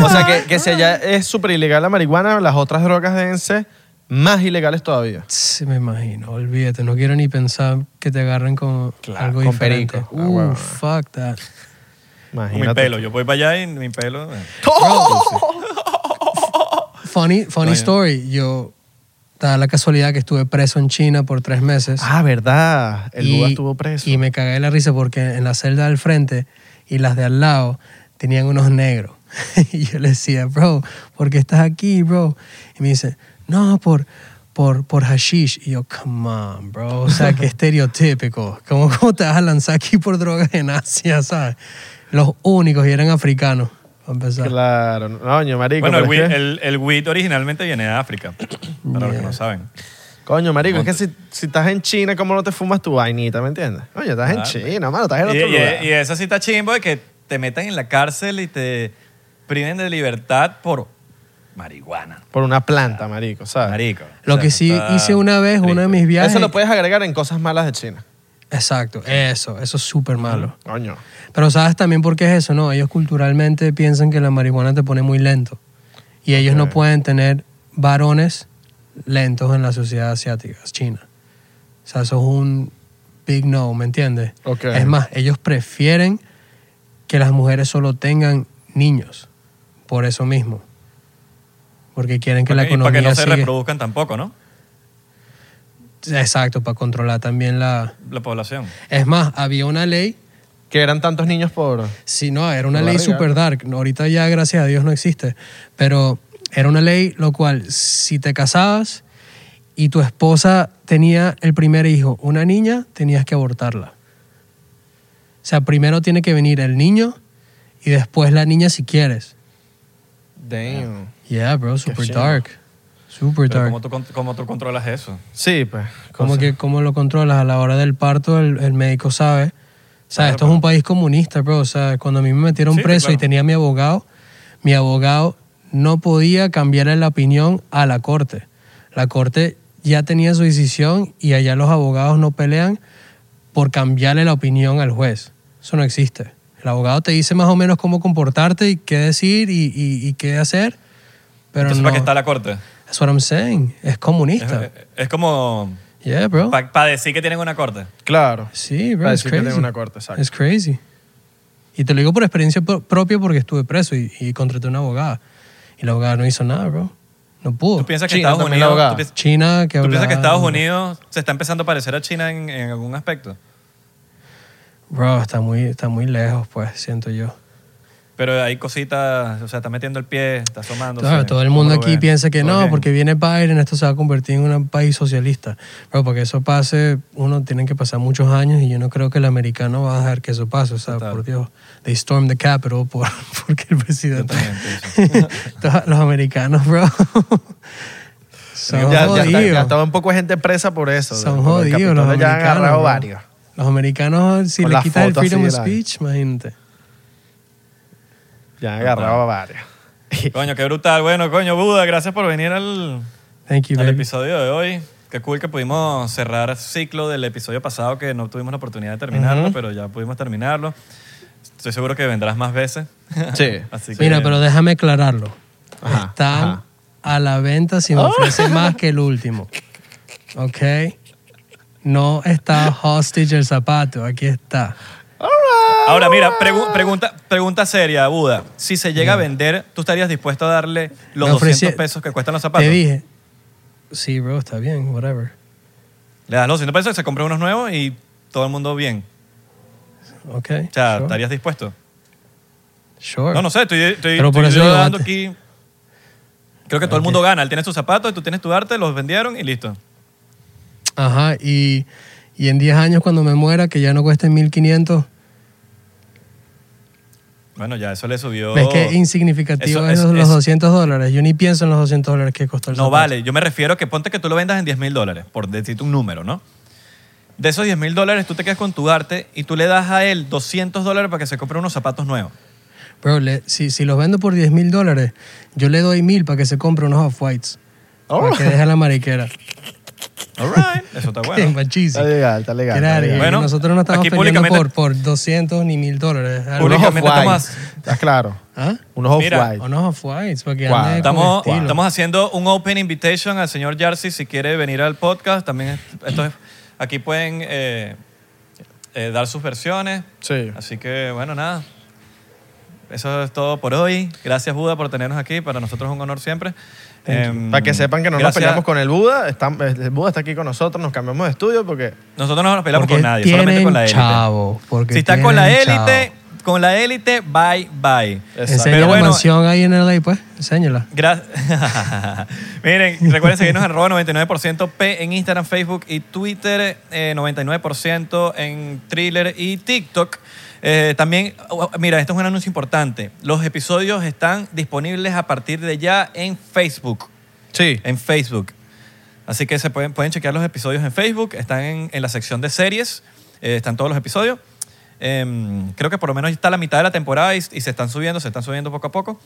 [SPEAKER 2] o sea, que, que si allá es súper ilegal la marihuana, las otras drogas deben ser más ilegales todavía.
[SPEAKER 1] Sí, me imagino, olvídate, no quiero ni pensar que te agarren con
[SPEAKER 2] Claro,
[SPEAKER 1] algo
[SPEAKER 2] con
[SPEAKER 1] diferente.
[SPEAKER 2] perico. Ah,
[SPEAKER 1] Uh,
[SPEAKER 2] bueno.
[SPEAKER 1] fuck that.
[SPEAKER 2] Imagínate.
[SPEAKER 3] Mi pelo, yo voy para allá y mi pelo... eh.
[SPEAKER 1] Funny, funny story, yo da la casualidad que estuve preso en China por tres meses.
[SPEAKER 2] Ah, verdad. El
[SPEAKER 1] Y-
[SPEAKER 2] Buda estuvo preso.
[SPEAKER 1] Y me cagué de la risa porque en la celda del frente y las de al lado tenían unos negros. y yo le decía, bro, ¿por qué estás aquí, bro? Y me dice, no, por, por, por hashish. Y yo, come on, bro. O sea, qué estereotípico. ¿Cómo, ¿Cómo te vas a lanzar aquí por drogas en Asia, sabes? Los únicos y eran africanos, para empezar.
[SPEAKER 2] Claro. No, yo marico.
[SPEAKER 3] Bueno, el
[SPEAKER 2] pero
[SPEAKER 3] weed,
[SPEAKER 2] es que-
[SPEAKER 3] el- el weed originalmente viene de África, para los que no saben.
[SPEAKER 2] Coño, marico, es que si, si estás en China, ¿cómo no te fumas tu vainita, me entiendes? Oye, estás en
[SPEAKER 3] Ah,
[SPEAKER 2] China, mano, estás en
[SPEAKER 3] Y,
[SPEAKER 2] otro
[SPEAKER 3] y-
[SPEAKER 2] lugar.
[SPEAKER 3] y eso sí está chimbo de que te metan en la cárcel y te priven de libertad por marihuana.
[SPEAKER 2] Por una planta, marico, ¿sabes?
[SPEAKER 3] Marico.
[SPEAKER 1] Lo
[SPEAKER 3] O sea,
[SPEAKER 1] que sí
[SPEAKER 3] está
[SPEAKER 1] hice una vez, uno de mis viajes.
[SPEAKER 2] Eso lo puedes agregar en cosas malas de China.
[SPEAKER 1] Exacto, eso, eso es súper malo.
[SPEAKER 2] Coño.
[SPEAKER 1] Pero sabes también por qué es eso, ¿no? Ellos culturalmente piensan que la marihuana te pone muy lento. Y ellos no pueden tener varones lentos en la sociedad asiática, China. O sea, eso es un big no, ¿me entiendes?
[SPEAKER 2] Ok.
[SPEAKER 1] Es más, ellos prefieren que las mujeres solo tengan niños, por eso mismo. Porque quieren que la
[SPEAKER 3] y para
[SPEAKER 1] economía
[SPEAKER 3] que no se
[SPEAKER 1] siga-
[SPEAKER 3] reproduzcan tampoco, ¿no?
[SPEAKER 1] Exacto, para controlar también la...
[SPEAKER 3] La población.
[SPEAKER 1] Es más, había una ley
[SPEAKER 2] Que eran tantos niños por...
[SPEAKER 1] Sí, no, era una
[SPEAKER 2] Por la
[SPEAKER 1] ley
[SPEAKER 2] barriga.
[SPEAKER 1] super dark. No, Ahorita ya, gracias a Dios, no existe. Pero era una ley lo cual, si te casabas y tu esposa tenía el primer hijo, una niña, tenías que abortarla. O sea, primero tiene que venir el niño y después la niña si quieres.
[SPEAKER 2] Damn.
[SPEAKER 1] Yeah, bro, super
[SPEAKER 2] chimbo.
[SPEAKER 1] dark. Super
[SPEAKER 3] Pero
[SPEAKER 1] dark.
[SPEAKER 3] ¿cómo tú, con- cómo tú controlas eso?
[SPEAKER 2] Sí, pues.
[SPEAKER 1] ¿Cómo,
[SPEAKER 2] cosas.
[SPEAKER 1] que, ¿Cómo lo controlas? A la hora del parto, el, el médico sabe. O sea, esto es un país comunista, bro. O sea, cuando a mí me metieron
[SPEAKER 3] Sí,
[SPEAKER 1] preso y
[SPEAKER 3] claro.
[SPEAKER 1] tenía mi abogado, mi abogado no podía cambiarle la opinión a la corte. La corte ya tenía su decisión y allá los abogados no pelean por cambiarle la opinión al juez. Eso no existe. El abogado te dice más o menos cómo comportarte y qué decir y, y- y qué hacer, pero
[SPEAKER 3] Entonces,
[SPEAKER 1] no.
[SPEAKER 3] ¿para qué está la corte?
[SPEAKER 1] That's what I'm saying. Es
[SPEAKER 3] Es,
[SPEAKER 1] comunista.
[SPEAKER 3] es como
[SPEAKER 1] Yeah, bro.
[SPEAKER 3] para decir que tienen una corte.
[SPEAKER 2] Claro.
[SPEAKER 1] Sí, bro,
[SPEAKER 2] Para
[SPEAKER 1] es
[SPEAKER 2] decir que
[SPEAKER 1] crazy.
[SPEAKER 2] tengo una corte, exacto.
[SPEAKER 1] Es crazy. Y te lo digo por experiencia pro- propia porque estuve preso y, y contraté una abogada. Y la abogada no hizo nada, bro. No pudo.
[SPEAKER 3] ¿Tú piensas que
[SPEAKER 2] China
[SPEAKER 3] Estados
[SPEAKER 2] también la
[SPEAKER 3] Unidos...
[SPEAKER 2] abogada.
[SPEAKER 3] tú piensas-
[SPEAKER 1] China, que
[SPEAKER 3] ¿Tú piensas
[SPEAKER 1] hablaba-
[SPEAKER 3] que Estados Unidos se está empezando a parecer a China en, en algún aspecto?
[SPEAKER 1] Bro, está muy, está muy lejos, pues, siento yo.
[SPEAKER 3] Pero hay cositas, o sea, está metiendo el pie, está asomando.
[SPEAKER 1] Claro, todo el mundo aquí piensa que no, porque viene Biden, esto se va a convertir en un país socialista. Pero para que eso pase, uno tiene que pasar muchos años y yo no creo que el americano va a dejar que eso pase. O sea,
[SPEAKER 3] Total.
[SPEAKER 1] por Dios, they stormed the Capitol por, porque el presidente...
[SPEAKER 3] Totalmente,
[SPEAKER 1] Todos los americanos, bro. Son
[SPEAKER 2] Ya, ya, está- ya
[SPEAKER 1] jodidos.
[SPEAKER 2] estaba un poco de gente presa por eso.
[SPEAKER 1] Son
[SPEAKER 2] por el
[SPEAKER 1] jodidos los
[SPEAKER 2] Capitolio
[SPEAKER 1] americanos.
[SPEAKER 2] Ya han agarrado
[SPEAKER 1] bro.
[SPEAKER 2] varios.
[SPEAKER 1] Los americanos, si
[SPEAKER 2] Con
[SPEAKER 1] le
[SPEAKER 2] las
[SPEAKER 1] quitas el
[SPEAKER 2] fotos así
[SPEAKER 1] freedom of
[SPEAKER 2] de la-
[SPEAKER 1] speech, imagínate.
[SPEAKER 2] Ya han agarrado varios.
[SPEAKER 3] Coño, qué brutal. Bueno, coño, Buda, gracias por venir al,
[SPEAKER 1] Thank you,
[SPEAKER 3] al
[SPEAKER 1] baby.
[SPEAKER 3] episodio de hoy. Qué cool que pudimos cerrar el ciclo del episodio pasado que no tuvimos la oportunidad de terminarlo, pero ya pudimos terminarlo. Estoy seguro que vendrás más veces.
[SPEAKER 2] Sí.
[SPEAKER 3] Así que,
[SPEAKER 1] Mira, pero déjame aclararlo.
[SPEAKER 2] Ajá,
[SPEAKER 1] Están
[SPEAKER 2] ajá.
[SPEAKER 1] a la venta
[SPEAKER 3] Oh.
[SPEAKER 1] si me ofrece más que el último. ¿Ok? No está hostage el zapato, aquí está.
[SPEAKER 3] Ahora, mira, pregu- pregunta, pregunta seria, Buda. Si se llega a vender, ¿tú estarías dispuesto a darle los
[SPEAKER 1] Me ofreci-
[SPEAKER 3] 200 pesos que cuestan los zapatos?
[SPEAKER 1] Te dije, sí, bro, está bien, whatever.
[SPEAKER 3] Le das los 200 pesos, se compra unos nuevos y todo el mundo bien.
[SPEAKER 1] ¿Ok?
[SPEAKER 3] O sea,
[SPEAKER 1] sure.
[SPEAKER 3] ¿estarías dispuesto?
[SPEAKER 1] Sure.
[SPEAKER 3] No, no sé, estoy, estoy,
[SPEAKER 1] Pero por
[SPEAKER 3] estoy
[SPEAKER 1] eso digo,
[SPEAKER 3] dando
[SPEAKER 1] te-
[SPEAKER 3] aquí. Creo que todo el mundo gana. Él tiene sus zapatos y tú tienes tu arte, los vendieron y listo.
[SPEAKER 1] Ajá, y, y en 10 años cuando me muera, que ya no cueste 1500,
[SPEAKER 3] Bueno, ya eso le subió.
[SPEAKER 1] ves que insignificativo
[SPEAKER 3] Oh. Eso-
[SPEAKER 1] esos
[SPEAKER 3] eso-
[SPEAKER 1] los
[SPEAKER 3] eso-
[SPEAKER 1] 200 dólares. Yo ni pienso en los 200 dólares que costó el
[SPEAKER 3] No
[SPEAKER 1] zapato.
[SPEAKER 3] vale. Yo me refiero que ponte que tú lo vendas en 10 mil dólares, por decirte un número, ¿no? De esos 10 mil dólares, tú te quedas con tu arte y tú le das a él 200 dólares para que se compre unos zapatos nuevos.
[SPEAKER 1] Bro, le- si, si los vendo por 10 mil dólares, yo le doy mil para que se compre unos off-whites. Para
[SPEAKER 3] Oh.
[SPEAKER 1] que deje la mariquera.
[SPEAKER 3] All right. Eso está
[SPEAKER 1] Qué
[SPEAKER 3] bueno.
[SPEAKER 1] machísimo.
[SPEAKER 2] Está legal, está
[SPEAKER 1] Qué
[SPEAKER 2] legal. está
[SPEAKER 1] raro,
[SPEAKER 2] legal.
[SPEAKER 1] y
[SPEAKER 3] Bueno,
[SPEAKER 1] nosotros no estamos
[SPEAKER 3] aquí
[SPEAKER 1] peleando por,
[SPEAKER 3] públicamente-
[SPEAKER 1] por 200 ni 1000 dólares. Algo-
[SPEAKER 2] Unos
[SPEAKER 3] públicamente
[SPEAKER 2] off-white.
[SPEAKER 3] tomas-
[SPEAKER 2] Está claro.
[SPEAKER 1] ¿Ah?
[SPEAKER 2] Unos
[SPEAKER 3] Mira,
[SPEAKER 2] off-white.
[SPEAKER 1] Unos off-whites, para que
[SPEAKER 2] Guau.
[SPEAKER 1] ande con
[SPEAKER 3] Estamos,
[SPEAKER 1] estilo.
[SPEAKER 3] estamos haciendo un open invitation al señor Yarsi si quiere venir al podcast. También es- esto es- aquí pueden eh, eh, dar sus versiones.
[SPEAKER 2] Sí.
[SPEAKER 3] Así que, bueno, nada. Eso es todo por hoy. Gracias, Buda, por tenernos aquí. Para nosotros es un honor siempre. Em,
[SPEAKER 2] Para que sepan que no
[SPEAKER 3] gracias.
[SPEAKER 2] nos peleamos con el Buda. Está- el Buda está aquí con nosotros. Nos cambiamos de estudio porque
[SPEAKER 3] Nosotros no nos peleamos
[SPEAKER 1] Porque
[SPEAKER 3] con nadie, solamente
[SPEAKER 1] tienen
[SPEAKER 3] con la élite.
[SPEAKER 1] chavo. Porque
[SPEAKER 3] si está con la
[SPEAKER 1] tienen
[SPEAKER 3] élite,
[SPEAKER 1] chavo.
[SPEAKER 3] con la élite, bye, bye.
[SPEAKER 2] Exacto.
[SPEAKER 1] Enseña
[SPEAKER 3] Pero
[SPEAKER 1] la
[SPEAKER 3] bueno,
[SPEAKER 1] mansión ahí en LA, pues. Enséñala.
[SPEAKER 3] Gracias. Miren, recuerden seguirnos en arroba 99% P en Instagram, Facebook y Twitter, eh, 99% en Thriller y TikTok. Eh, también, oh, oh, mira, esto es un anuncio importante. Los episodios están disponibles a partir de ya en Facebook.
[SPEAKER 2] Sí.
[SPEAKER 3] En Facebook. Así que se pueden, pueden chequear los episodios en Facebook, están en, en la sección de series, eh, están todos los episodios. Em, creo que por lo menos está la mitad de la temporada y, y se están subiendo, se están subiendo poco a poco.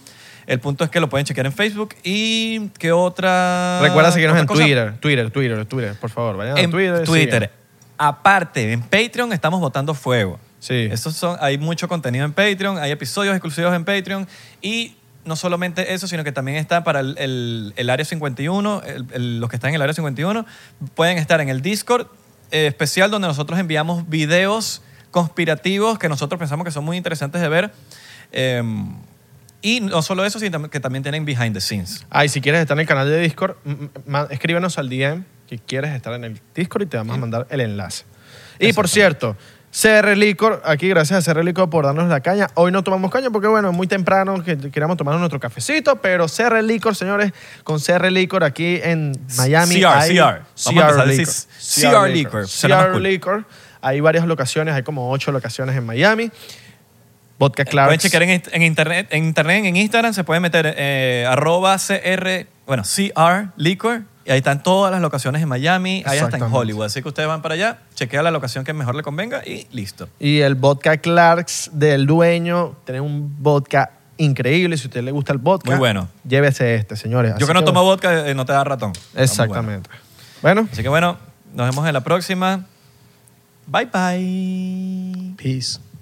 [SPEAKER 3] El punto es que lo pueden chequear en Facebook y qué otra...
[SPEAKER 2] Recuerda seguirnos
[SPEAKER 3] Ah, otra
[SPEAKER 2] en
[SPEAKER 3] cosa?
[SPEAKER 2] Twitter, Twitter, Twitter, Twitter, por favor. Vayan
[SPEAKER 3] En
[SPEAKER 2] a Twitter.
[SPEAKER 3] Twitter. Aparte, en Patreon estamos botando fuego.
[SPEAKER 2] Sí.
[SPEAKER 3] Esos son, hay mucho contenido en Patreon, hay episodios exclusivos en Patreon y no solamente eso, sino que también está para el, el- el área 51, el- el- los que están en el área 51 pueden estar en el Discord eh, especial donde nosotros enviamos videos conspirativos que nosotros pensamos que son muy interesantes de ver. Eh, y no solo eso, sino que también tienen behind the scenes.
[SPEAKER 2] Ay, si quieres estar en el canal de Discord, m- m- ma- escríbenos al DM que quieres estar en el Discord y te vamos a mandar el enlace. Y por cierto, CR Licor, aquí gracias a CR Licor por darnos la caña. Hoy no tomamos caña porque, bueno, es muy temprano que queríamos tomar nuestro cafecito, pero CR Licor, señores, con CR Licor aquí en Miami.
[SPEAKER 3] CR,
[SPEAKER 2] hay-
[SPEAKER 3] CR. Vamos a empezar a decir CR Licor, será más
[SPEAKER 2] CR
[SPEAKER 3] cool.
[SPEAKER 2] Licor. Hay varias locaciones, hay como ocho locaciones en Miami. Vodka Clarks.
[SPEAKER 3] Pueden chequear en, inst- en internet, en internet, en Instagram, se pueden meter eh, arroba CR, bueno, CR Liquor, y ahí están todas las locaciones en Miami, ahí hasta en
[SPEAKER 2] Exactamente.
[SPEAKER 3] Hollywood. Así que ustedes van para allá, chequean la locación que mejor le convenga y listo.
[SPEAKER 2] Y el vodka Clarks del dueño tiene un vodka increíble. Si a usted le gusta el vodka,
[SPEAKER 3] Muy bueno.
[SPEAKER 2] llévese este, señores. Así
[SPEAKER 3] Yo que no tomo vodka, eh, no te da ratón. Está muy bueno.
[SPEAKER 2] Exactamente. Bueno.
[SPEAKER 3] Así que bueno, nos vemos en la próxima. Bye bye.
[SPEAKER 1] Peace.